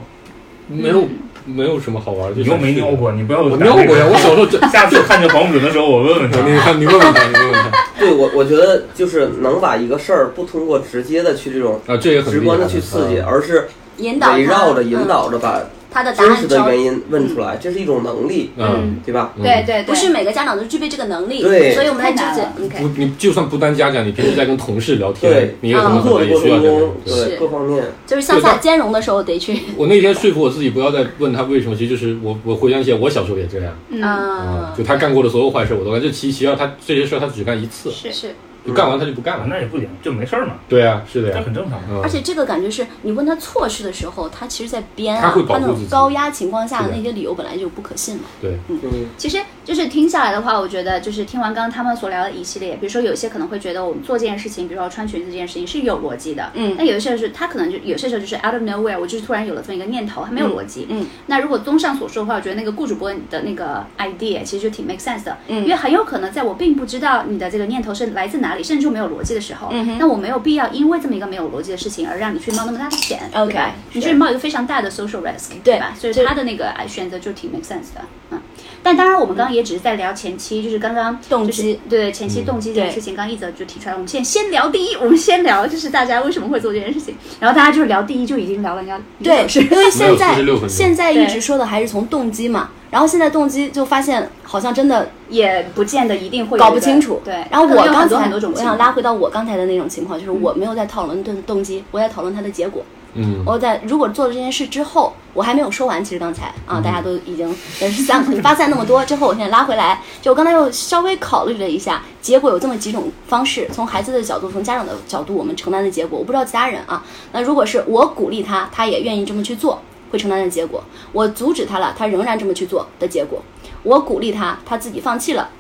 Speaker 4: 没有没有什么好玩的，就
Speaker 1: 你又没尿
Speaker 4: 尿，
Speaker 1: 过，你不要
Speaker 4: 我
Speaker 1: 打
Speaker 4: 尿
Speaker 1: 那个
Speaker 4: 过呀，我小时候真。
Speaker 1: 下次看见黄准的时候，我问问他
Speaker 4: 我。你 看，你问问他，你问问他
Speaker 6: 对我，我觉得就是能把一个事儿不通过直接的去这种
Speaker 4: 啊，这也很啊
Speaker 6: 直观的去刺激，而是
Speaker 2: 引导他
Speaker 6: 围绕着、
Speaker 2: 嗯
Speaker 6: 引导着把
Speaker 2: 他的答
Speaker 6: 真实
Speaker 2: 案
Speaker 6: 的
Speaker 2: 找
Speaker 6: 原因问出来，这是一种能力，
Speaker 4: 嗯，
Speaker 6: 对吧？
Speaker 5: 对对对，
Speaker 2: 不是每个家长都具备这个能力，
Speaker 6: 对
Speaker 2: 所以我们来纠
Speaker 5: 太难
Speaker 2: 结
Speaker 5: 了。
Speaker 4: 不
Speaker 2: OK，，
Speaker 4: 你就算不当家长，你平时在跟同事聊天
Speaker 6: 对，啊
Speaker 4: 你也很
Speaker 6: 工
Speaker 4: 可
Speaker 6: 作
Speaker 4: 能
Speaker 6: 的
Speaker 4: 也
Speaker 6: 过
Speaker 4: 需要
Speaker 6: 程
Speaker 4: 这
Speaker 6: 中
Speaker 4: 样，。对
Speaker 6: 对
Speaker 2: 是
Speaker 6: 各方面，
Speaker 3: 就是向下兼容的时候得去，
Speaker 4: 我那天说服我自己不要再问他为什么，其实就是我我回想起来，我小时候也这样，
Speaker 5: 嗯，
Speaker 4: 啊
Speaker 2: 嗯，
Speaker 4: 就他干过的所有坏事我都干，就其实要他这些事儿他只干一次，
Speaker 6: 嗯
Speaker 5: 是
Speaker 2: 是，
Speaker 4: 就干完他就不干
Speaker 1: 啊
Speaker 4: 了。
Speaker 1: 那也不行，就没事儿嘛，
Speaker 4: 对啊，是的
Speaker 1: 这
Speaker 4: 呀，
Speaker 1: 很正常嘛。
Speaker 4: 嗯
Speaker 2: 而且这个感觉是你问他错事的时候，他其实在编啊，
Speaker 4: 他会保护
Speaker 2: 那
Speaker 4: 自
Speaker 2: 种
Speaker 4: 己
Speaker 2: 高压情况下
Speaker 4: 对
Speaker 2: 那些理由本来就不可信嘛，
Speaker 4: 对，
Speaker 6: 嗯，
Speaker 5: 其实就是听下来的话，我觉得就是听完刚刚他们所聊的一系列，比如说有些可能会觉得我们做这件事情，比如说穿裙子这件事情是有逻辑的，
Speaker 3: 嗯
Speaker 5: 那有些时候他可能就有些时候就是 out of nowhere，我就是突然有了这么一个念头，还没有逻辑。
Speaker 3: 嗯
Speaker 5: 那如果综上所述的话，我觉得那个雇主播的那个 idea 其实就挺 make sense 的，
Speaker 3: 嗯
Speaker 5: 因为很有可能在我并不知道你的这个念头是来自哪里，甚至说没有逻辑的时候，
Speaker 3: 嗯哼
Speaker 5: 那我没有必要因为这么一个没有逻辑的事情而让你去冒那么大的险
Speaker 3: OK，
Speaker 5: 对吧你
Speaker 3: 是
Speaker 5: 去冒一个非常大的 social risk，
Speaker 3: 对
Speaker 5: 吧？所以
Speaker 3: 这
Speaker 5: 他的那个呃选择就挺 make sense 的，嗯。但当然，我们刚刚也只是在聊前期，就是刚刚
Speaker 3: 动
Speaker 5: 就是
Speaker 3: 机
Speaker 5: 对前
Speaker 6: 嗯
Speaker 5: 期动机这件
Speaker 3: 对
Speaker 5: 事情，刚刚一泽就提出来。我们现在先聊第一，我们先聊就是大家为什么会做这件事情，然后大家就是聊第一就已经聊了人家
Speaker 3: 对，因为现
Speaker 4: 没有46分
Speaker 3: 在
Speaker 4: 钟
Speaker 3: 现在一
Speaker 5: 对
Speaker 3: 直说的还是从动机嘛，然后现在动机就发现好像真的
Speaker 5: 也不见得一定会有
Speaker 3: 搞不
Speaker 5: 一个
Speaker 3: 清楚。
Speaker 5: 对，
Speaker 3: 然后
Speaker 5: 可能
Speaker 3: 我
Speaker 5: 有
Speaker 3: 刚
Speaker 5: 很多
Speaker 3: 才
Speaker 5: 很多种
Speaker 3: 我
Speaker 5: 情
Speaker 3: 想
Speaker 5: 况嗯
Speaker 3: 拉回到我刚才的那种情况，就是我没有在讨论动动机，我在讨论它的结果。
Speaker 4: 嗯，
Speaker 3: 我在如果做了这件事之后，我还没有说完，其实刚才啊，大家都已经呃散发散那么多之后，我现在拉回来，就我刚才又稍微考虑了一下，结果有这么几种方式，从孩子的角度，从家长的角度，我们承担的结果，我不知道其他人啊，那如果是我鼓励他，他也愿意这么去做，会承担的结果；我阻止他了，他仍然这么去做的结果；我鼓励他，他自己放弃了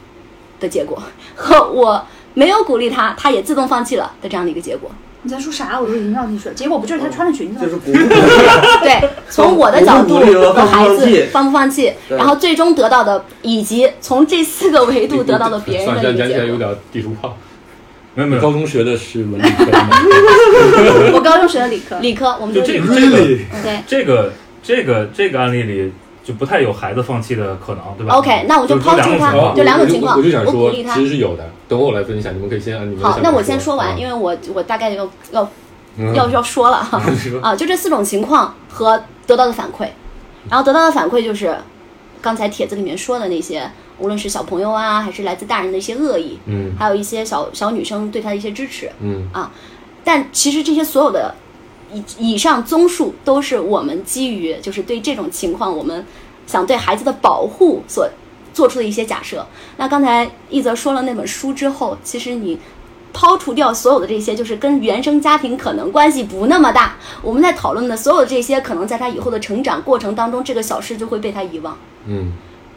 Speaker 3: 的结果，和我没有鼓励他，他也自动放弃了的这样的一个结果。
Speaker 5: 你在说啥？我都已经绕进去了。结果不就是他穿了裙子
Speaker 6: 哦嗯就是
Speaker 5: 吗？
Speaker 6: 鼓
Speaker 4: 嗯
Speaker 6: 励，
Speaker 3: 对，从我的角度
Speaker 6: 我不鼓励了
Speaker 3: 的孩
Speaker 6: 放不放
Speaker 3: 子
Speaker 6: 弃
Speaker 3: 放不放弃，
Speaker 6: 对
Speaker 3: 然后最终得到的，以及从这四个维度得到的别人
Speaker 4: 算
Speaker 3: 的
Speaker 4: 这
Speaker 3: 理
Speaker 4: 样讲起来
Speaker 3: 解
Speaker 4: 有。点地图炮。
Speaker 1: 没有没
Speaker 4: 高
Speaker 1: 有，
Speaker 4: 中学的是文理 科吗？
Speaker 5: 我高中学的理科，
Speaker 3: 理科，我们
Speaker 1: 就
Speaker 3: 就
Speaker 1: 这
Speaker 3: 是
Speaker 1: 个这个
Speaker 3: 对。
Speaker 1: 这个这个这个案例里就不太有孩子放弃的可能，对吧
Speaker 3: OK，那我就
Speaker 1: 就
Speaker 3: 抛出
Speaker 1: 两种
Speaker 3: 他
Speaker 1: 情
Speaker 4: 哦
Speaker 1: 况
Speaker 3: 就两种情况
Speaker 4: 我就想
Speaker 3: 我鼓
Speaker 4: 说，
Speaker 3: 励他
Speaker 4: 其实是有的。等我来分享，你们可以先按你们的
Speaker 3: 好，那我先说
Speaker 4: 说嗯
Speaker 3: 完，因为我我大概要要
Speaker 4: 为
Speaker 3: 要要说了哈啊，就这四种情况和得到的反馈，然后得到的反馈就是刚才帖子里面说的那些，无论是小朋友啊，还是来自大人的一些恶意，
Speaker 4: 嗯
Speaker 3: 还有一些小小女生对他的一些支持，
Speaker 4: 嗯
Speaker 3: 啊但其实这些所有的以以上综述都是我们基于就是对这种情况我们想对孩子的保护所做出的一些假设。那刚才一泽说了那本书之后，其实你。抛除掉所有的这些，就是跟原生家庭可能关系不那么大。我们在讨论的所有这些，可能在他以后的成长过程当中，这个小事就会被他遗忘。
Speaker 4: 嗯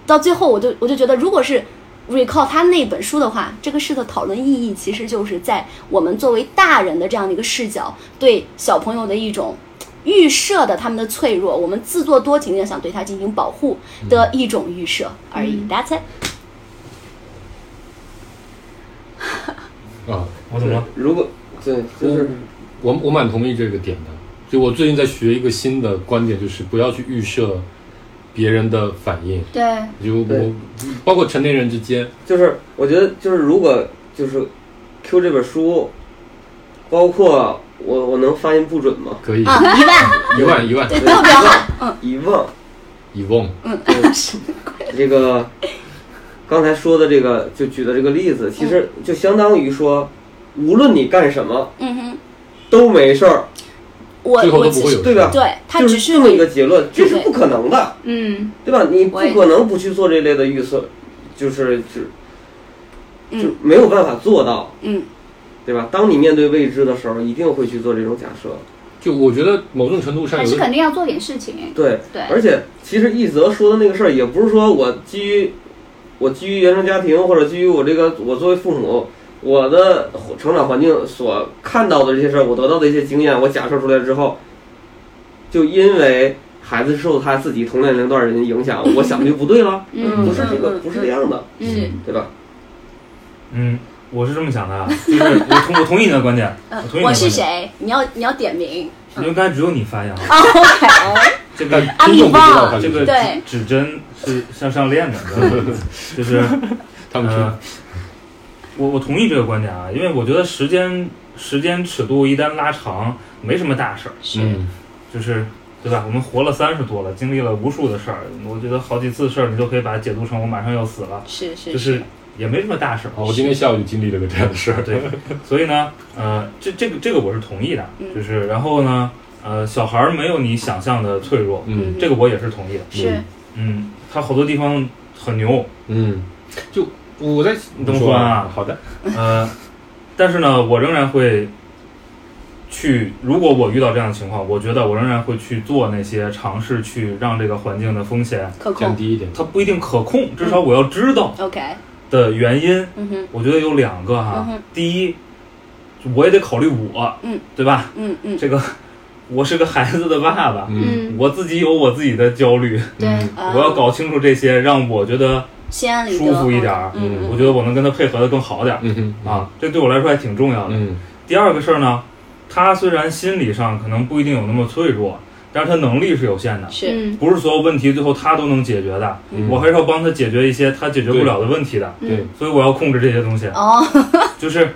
Speaker 3: 到最后，我就我就觉得，如果是 recall 他那本书的话，这个事的讨论意义其实就是在我们作为大人的这样的一个视角，对小朋友的一种预设的他们的脆弱，我们自作多情的想对他进行保护的一种预设而已。That's it。
Speaker 4: 啊，
Speaker 1: 我怎么了？
Speaker 6: 如果对，就是
Speaker 4: 嗯我我蛮同意这个点的。就我最近在学一个新的观点，就是不要去预设别人的反应。
Speaker 5: 对，
Speaker 4: 就
Speaker 6: 对
Speaker 4: 我包括成年人之间，
Speaker 6: 就是，我觉得就是如果就是 Q 这本书，包括我我能发音不 准吗？
Speaker 4: 可以
Speaker 3: 啊，一万，
Speaker 4: 一万一万
Speaker 3: 对，特别好。
Speaker 6: 遗忘
Speaker 4: 一万，
Speaker 6: 这个刚才说的这个就举的这个例子，其实就相当于说，无论你干什么
Speaker 3: 嗯哼，我
Speaker 6: 都没事儿，
Speaker 3: 我
Speaker 4: 最后
Speaker 3: 我
Speaker 4: 都不
Speaker 3: 其
Speaker 4: 会
Speaker 3: 实
Speaker 4: 有
Speaker 6: 对
Speaker 4: 事
Speaker 6: 吧？
Speaker 3: 对他
Speaker 6: 就
Speaker 3: 只
Speaker 6: 是这么一个结论，这是不可能的，
Speaker 5: 嗯，
Speaker 6: 对吧？你不
Speaker 5: 我也
Speaker 6: 可能不去做这类的预测，就是就就
Speaker 3: 嗯
Speaker 6: 没有办法做到，
Speaker 3: 嗯
Speaker 6: 对吧？当你面对未知的时候，一定会去做这种假设。
Speaker 4: 就我觉得某种程度上
Speaker 5: 还
Speaker 4: 有
Speaker 5: 是
Speaker 4: 的
Speaker 5: 肯定要做点事情。
Speaker 6: 对，
Speaker 5: 对
Speaker 6: 而且其实一泽说的那个事儿，也不是说我基于我基于原生家庭或者基于我这个我作为父母我的成长环境所看到的这些事儿，我得到的一些经验，我假设出来之后，就因为孩子受他自己同年龄段人影响，我想的就不对了，
Speaker 5: 嗯
Speaker 6: 不是这个，不是这样的，
Speaker 5: 嗯，
Speaker 6: 对吧？
Speaker 1: 嗯，我是这么想的，啊，就是我同我同意你的观点，我同意你的观点。
Speaker 3: 嗯我是？谁？你要你要点名。
Speaker 1: 因为刚才只有你发言了，
Speaker 3: 啊 OK，
Speaker 1: 这个
Speaker 4: 但听众不知
Speaker 3: 啊
Speaker 4: 道他
Speaker 1: 这
Speaker 4: 是
Speaker 1: 个
Speaker 4: 谁，
Speaker 3: 对
Speaker 1: 指指针是向上练的， 就是
Speaker 4: 他们
Speaker 1: 呃
Speaker 4: 是，
Speaker 1: 我我同意这个观点啊，因为我觉得时间时间尺度一旦拉长，没什么大事儿，
Speaker 4: 嗯
Speaker 1: 就是对吧？我们活了三十多了，经历了无数的事儿，我觉得好几次事儿你都可以把它解读成我马上要死了，
Speaker 3: 是是
Speaker 1: 就是也没什么大事儿。
Speaker 4: 啊，我今天下午就经历了个这样的事儿，
Speaker 1: 对，所以呢，呃，这这个这个我是同意的，
Speaker 3: 嗯
Speaker 1: 就是然后呢，呃，小孩儿没有你想象的脆弱，
Speaker 4: 嗯
Speaker 1: 这个我也是同意的。
Speaker 5: 是
Speaker 1: 嗯，他好多地方很牛，
Speaker 4: 嗯，就我在你
Speaker 1: 东
Speaker 4: 说
Speaker 1: 川啊
Speaker 4: 好的，
Speaker 1: 呃，但是呢，我仍然会去，如果我遇到这样的情况，我觉得我仍然会去做那些尝试，去让这个环境的风险，
Speaker 3: 可
Speaker 4: 降
Speaker 3: 控。
Speaker 4: 低一点，
Speaker 1: 它不一定可控，至少我要知道
Speaker 3: OK，
Speaker 1: 的原因，
Speaker 3: 嗯哼，
Speaker 1: 我觉得有两个哈
Speaker 3: 嗯，哼
Speaker 1: 第一，就我也得考虑我，
Speaker 3: 嗯，
Speaker 1: 对吧？
Speaker 3: 嗯嗯，
Speaker 1: 这个我是个孩子的爸爸，
Speaker 4: 嗯，
Speaker 1: 我自己有我自己的焦虑，
Speaker 5: 对，
Speaker 3: 啊
Speaker 1: 我要搞清楚这些，让我觉得
Speaker 3: 心安理得，
Speaker 1: 舒服一点儿
Speaker 3: 嗯嗯
Speaker 1: 我觉得我能跟他配合的更好点儿
Speaker 4: 嗯哼，
Speaker 1: 啊，这对我来说还挺重要的。
Speaker 4: 嗯
Speaker 1: 第二个事儿呢，他虽然心理上可能不一定有那么脆弱，但是他能力是有限的，
Speaker 3: 是，
Speaker 5: 嗯，
Speaker 1: 不是所有问题最后他都能解决的。
Speaker 4: 嗯
Speaker 1: 我还是要帮他解决一些他解决不了的问题的，
Speaker 4: 对，啊
Speaker 1: 所以我要控制这些东西。
Speaker 3: 哦，
Speaker 1: 就是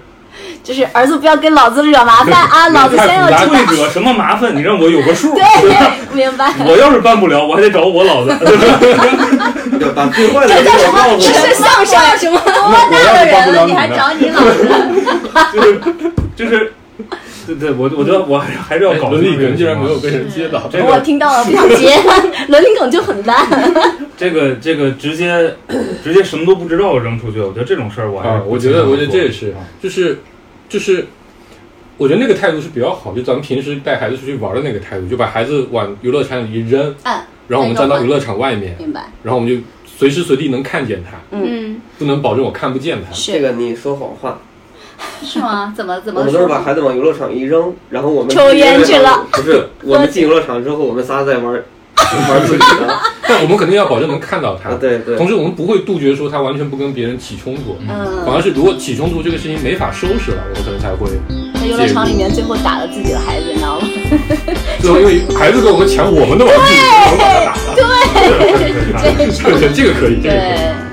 Speaker 3: 就是儿子不要跟老子惹麻烦 啊，老子先要
Speaker 4: 太复
Speaker 3: 知
Speaker 4: 杂
Speaker 1: 会
Speaker 3: 道。
Speaker 1: 惹什么麻烦，你让我有个数。
Speaker 3: 对， 明白。
Speaker 1: 我要是办不了，我还得找我老子。
Speaker 6: 对，把最 坏的结果告
Speaker 3: 这
Speaker 6: 诉我，
Speaker 3: 是相声啊什么？
Speaker 4: 我要是帮不了
Speaker 3: 你
Speaker 4: 你
Speaker 3: 还
Speaker 4: 呢，
Speaker 3: 找你老子？
Speaker 1: 就是就是，对对，我我觉得我还是还是要搞
Speaker 4: 嗯哎伦
Speaker 1: 清
Speaker 4: 理
Speaker 1: 楚这个
Speaker 4: 梗竟
Speaker 1: 情
Speaker 4: 然没有
Speaker 1: 况。
Speaker 4: 被人接到，
Speaker 1: 这个
Speaker 3: 我听到了，不想接，伦理梗就很烂。
Speaker 1: 这个这个直接直接什么都不知道扔出去，我觉得这种事儿我还
Speaker 4: 啊
Speaker 1: 是，
Speaker 4: 我
Speaker 1: 不
Speaker 4: 觉
Speaker 1: 经常
Speaker 4: 得，
Speaker 1: 做、
Speaker 4: 我觉得这也是
Speaker 1: 啊，
Speaker 4: 就是，就是，我觉得那个态度是比较好，就咱们平时带孩子出去玩的那个态度，就把孩子往游乐场里一扔，
Speaker 3: 嗯，
Speaker 4: 然后我们站到游乐场外面，
Speaker 3: 明白。
Speaker 4: 然后我们就随时随地能看见他，
Speaker 5: 嗯，
Speaker 4: 不能保证我看不见他。
Speaker 6: 这
Speaker 3: 是
Speaker 6: 个你说谎话，
Speaker 5: 是吗？怎么怎
Speaker 6: 我
Speaker 5: 么
Speaker 6: 们都是
Speaker 5: 说？
Speaker 6: 把孩子往游乐场一扔，然后我们
Speaker 3: 抽烟去了。
Speaker 6: 不是，我们进游乐场之后，我们仨在玩玩自己的。
Speaker 4: 但我们肯定要保证能看到他
Speaker 6: 啊，，对对
Speaker 4: 同，时我们不会杜绝说他完全不跟别人起冲突，
Speaker 3: 嗯
Speaker 4: 反而是如果起冲突这个事情没法收拾了，我们可能才会，
Speaker 3: 在游乐场里面最后打了自己的孩子，你知道吗？
Speaker 4: 最后因为孩子跟我们抢我们的玩具，我们把他打了，
Speaker 1: 对对对对
Speaker 4: 这个这个可以，这个可以。
Speaker 3: 对。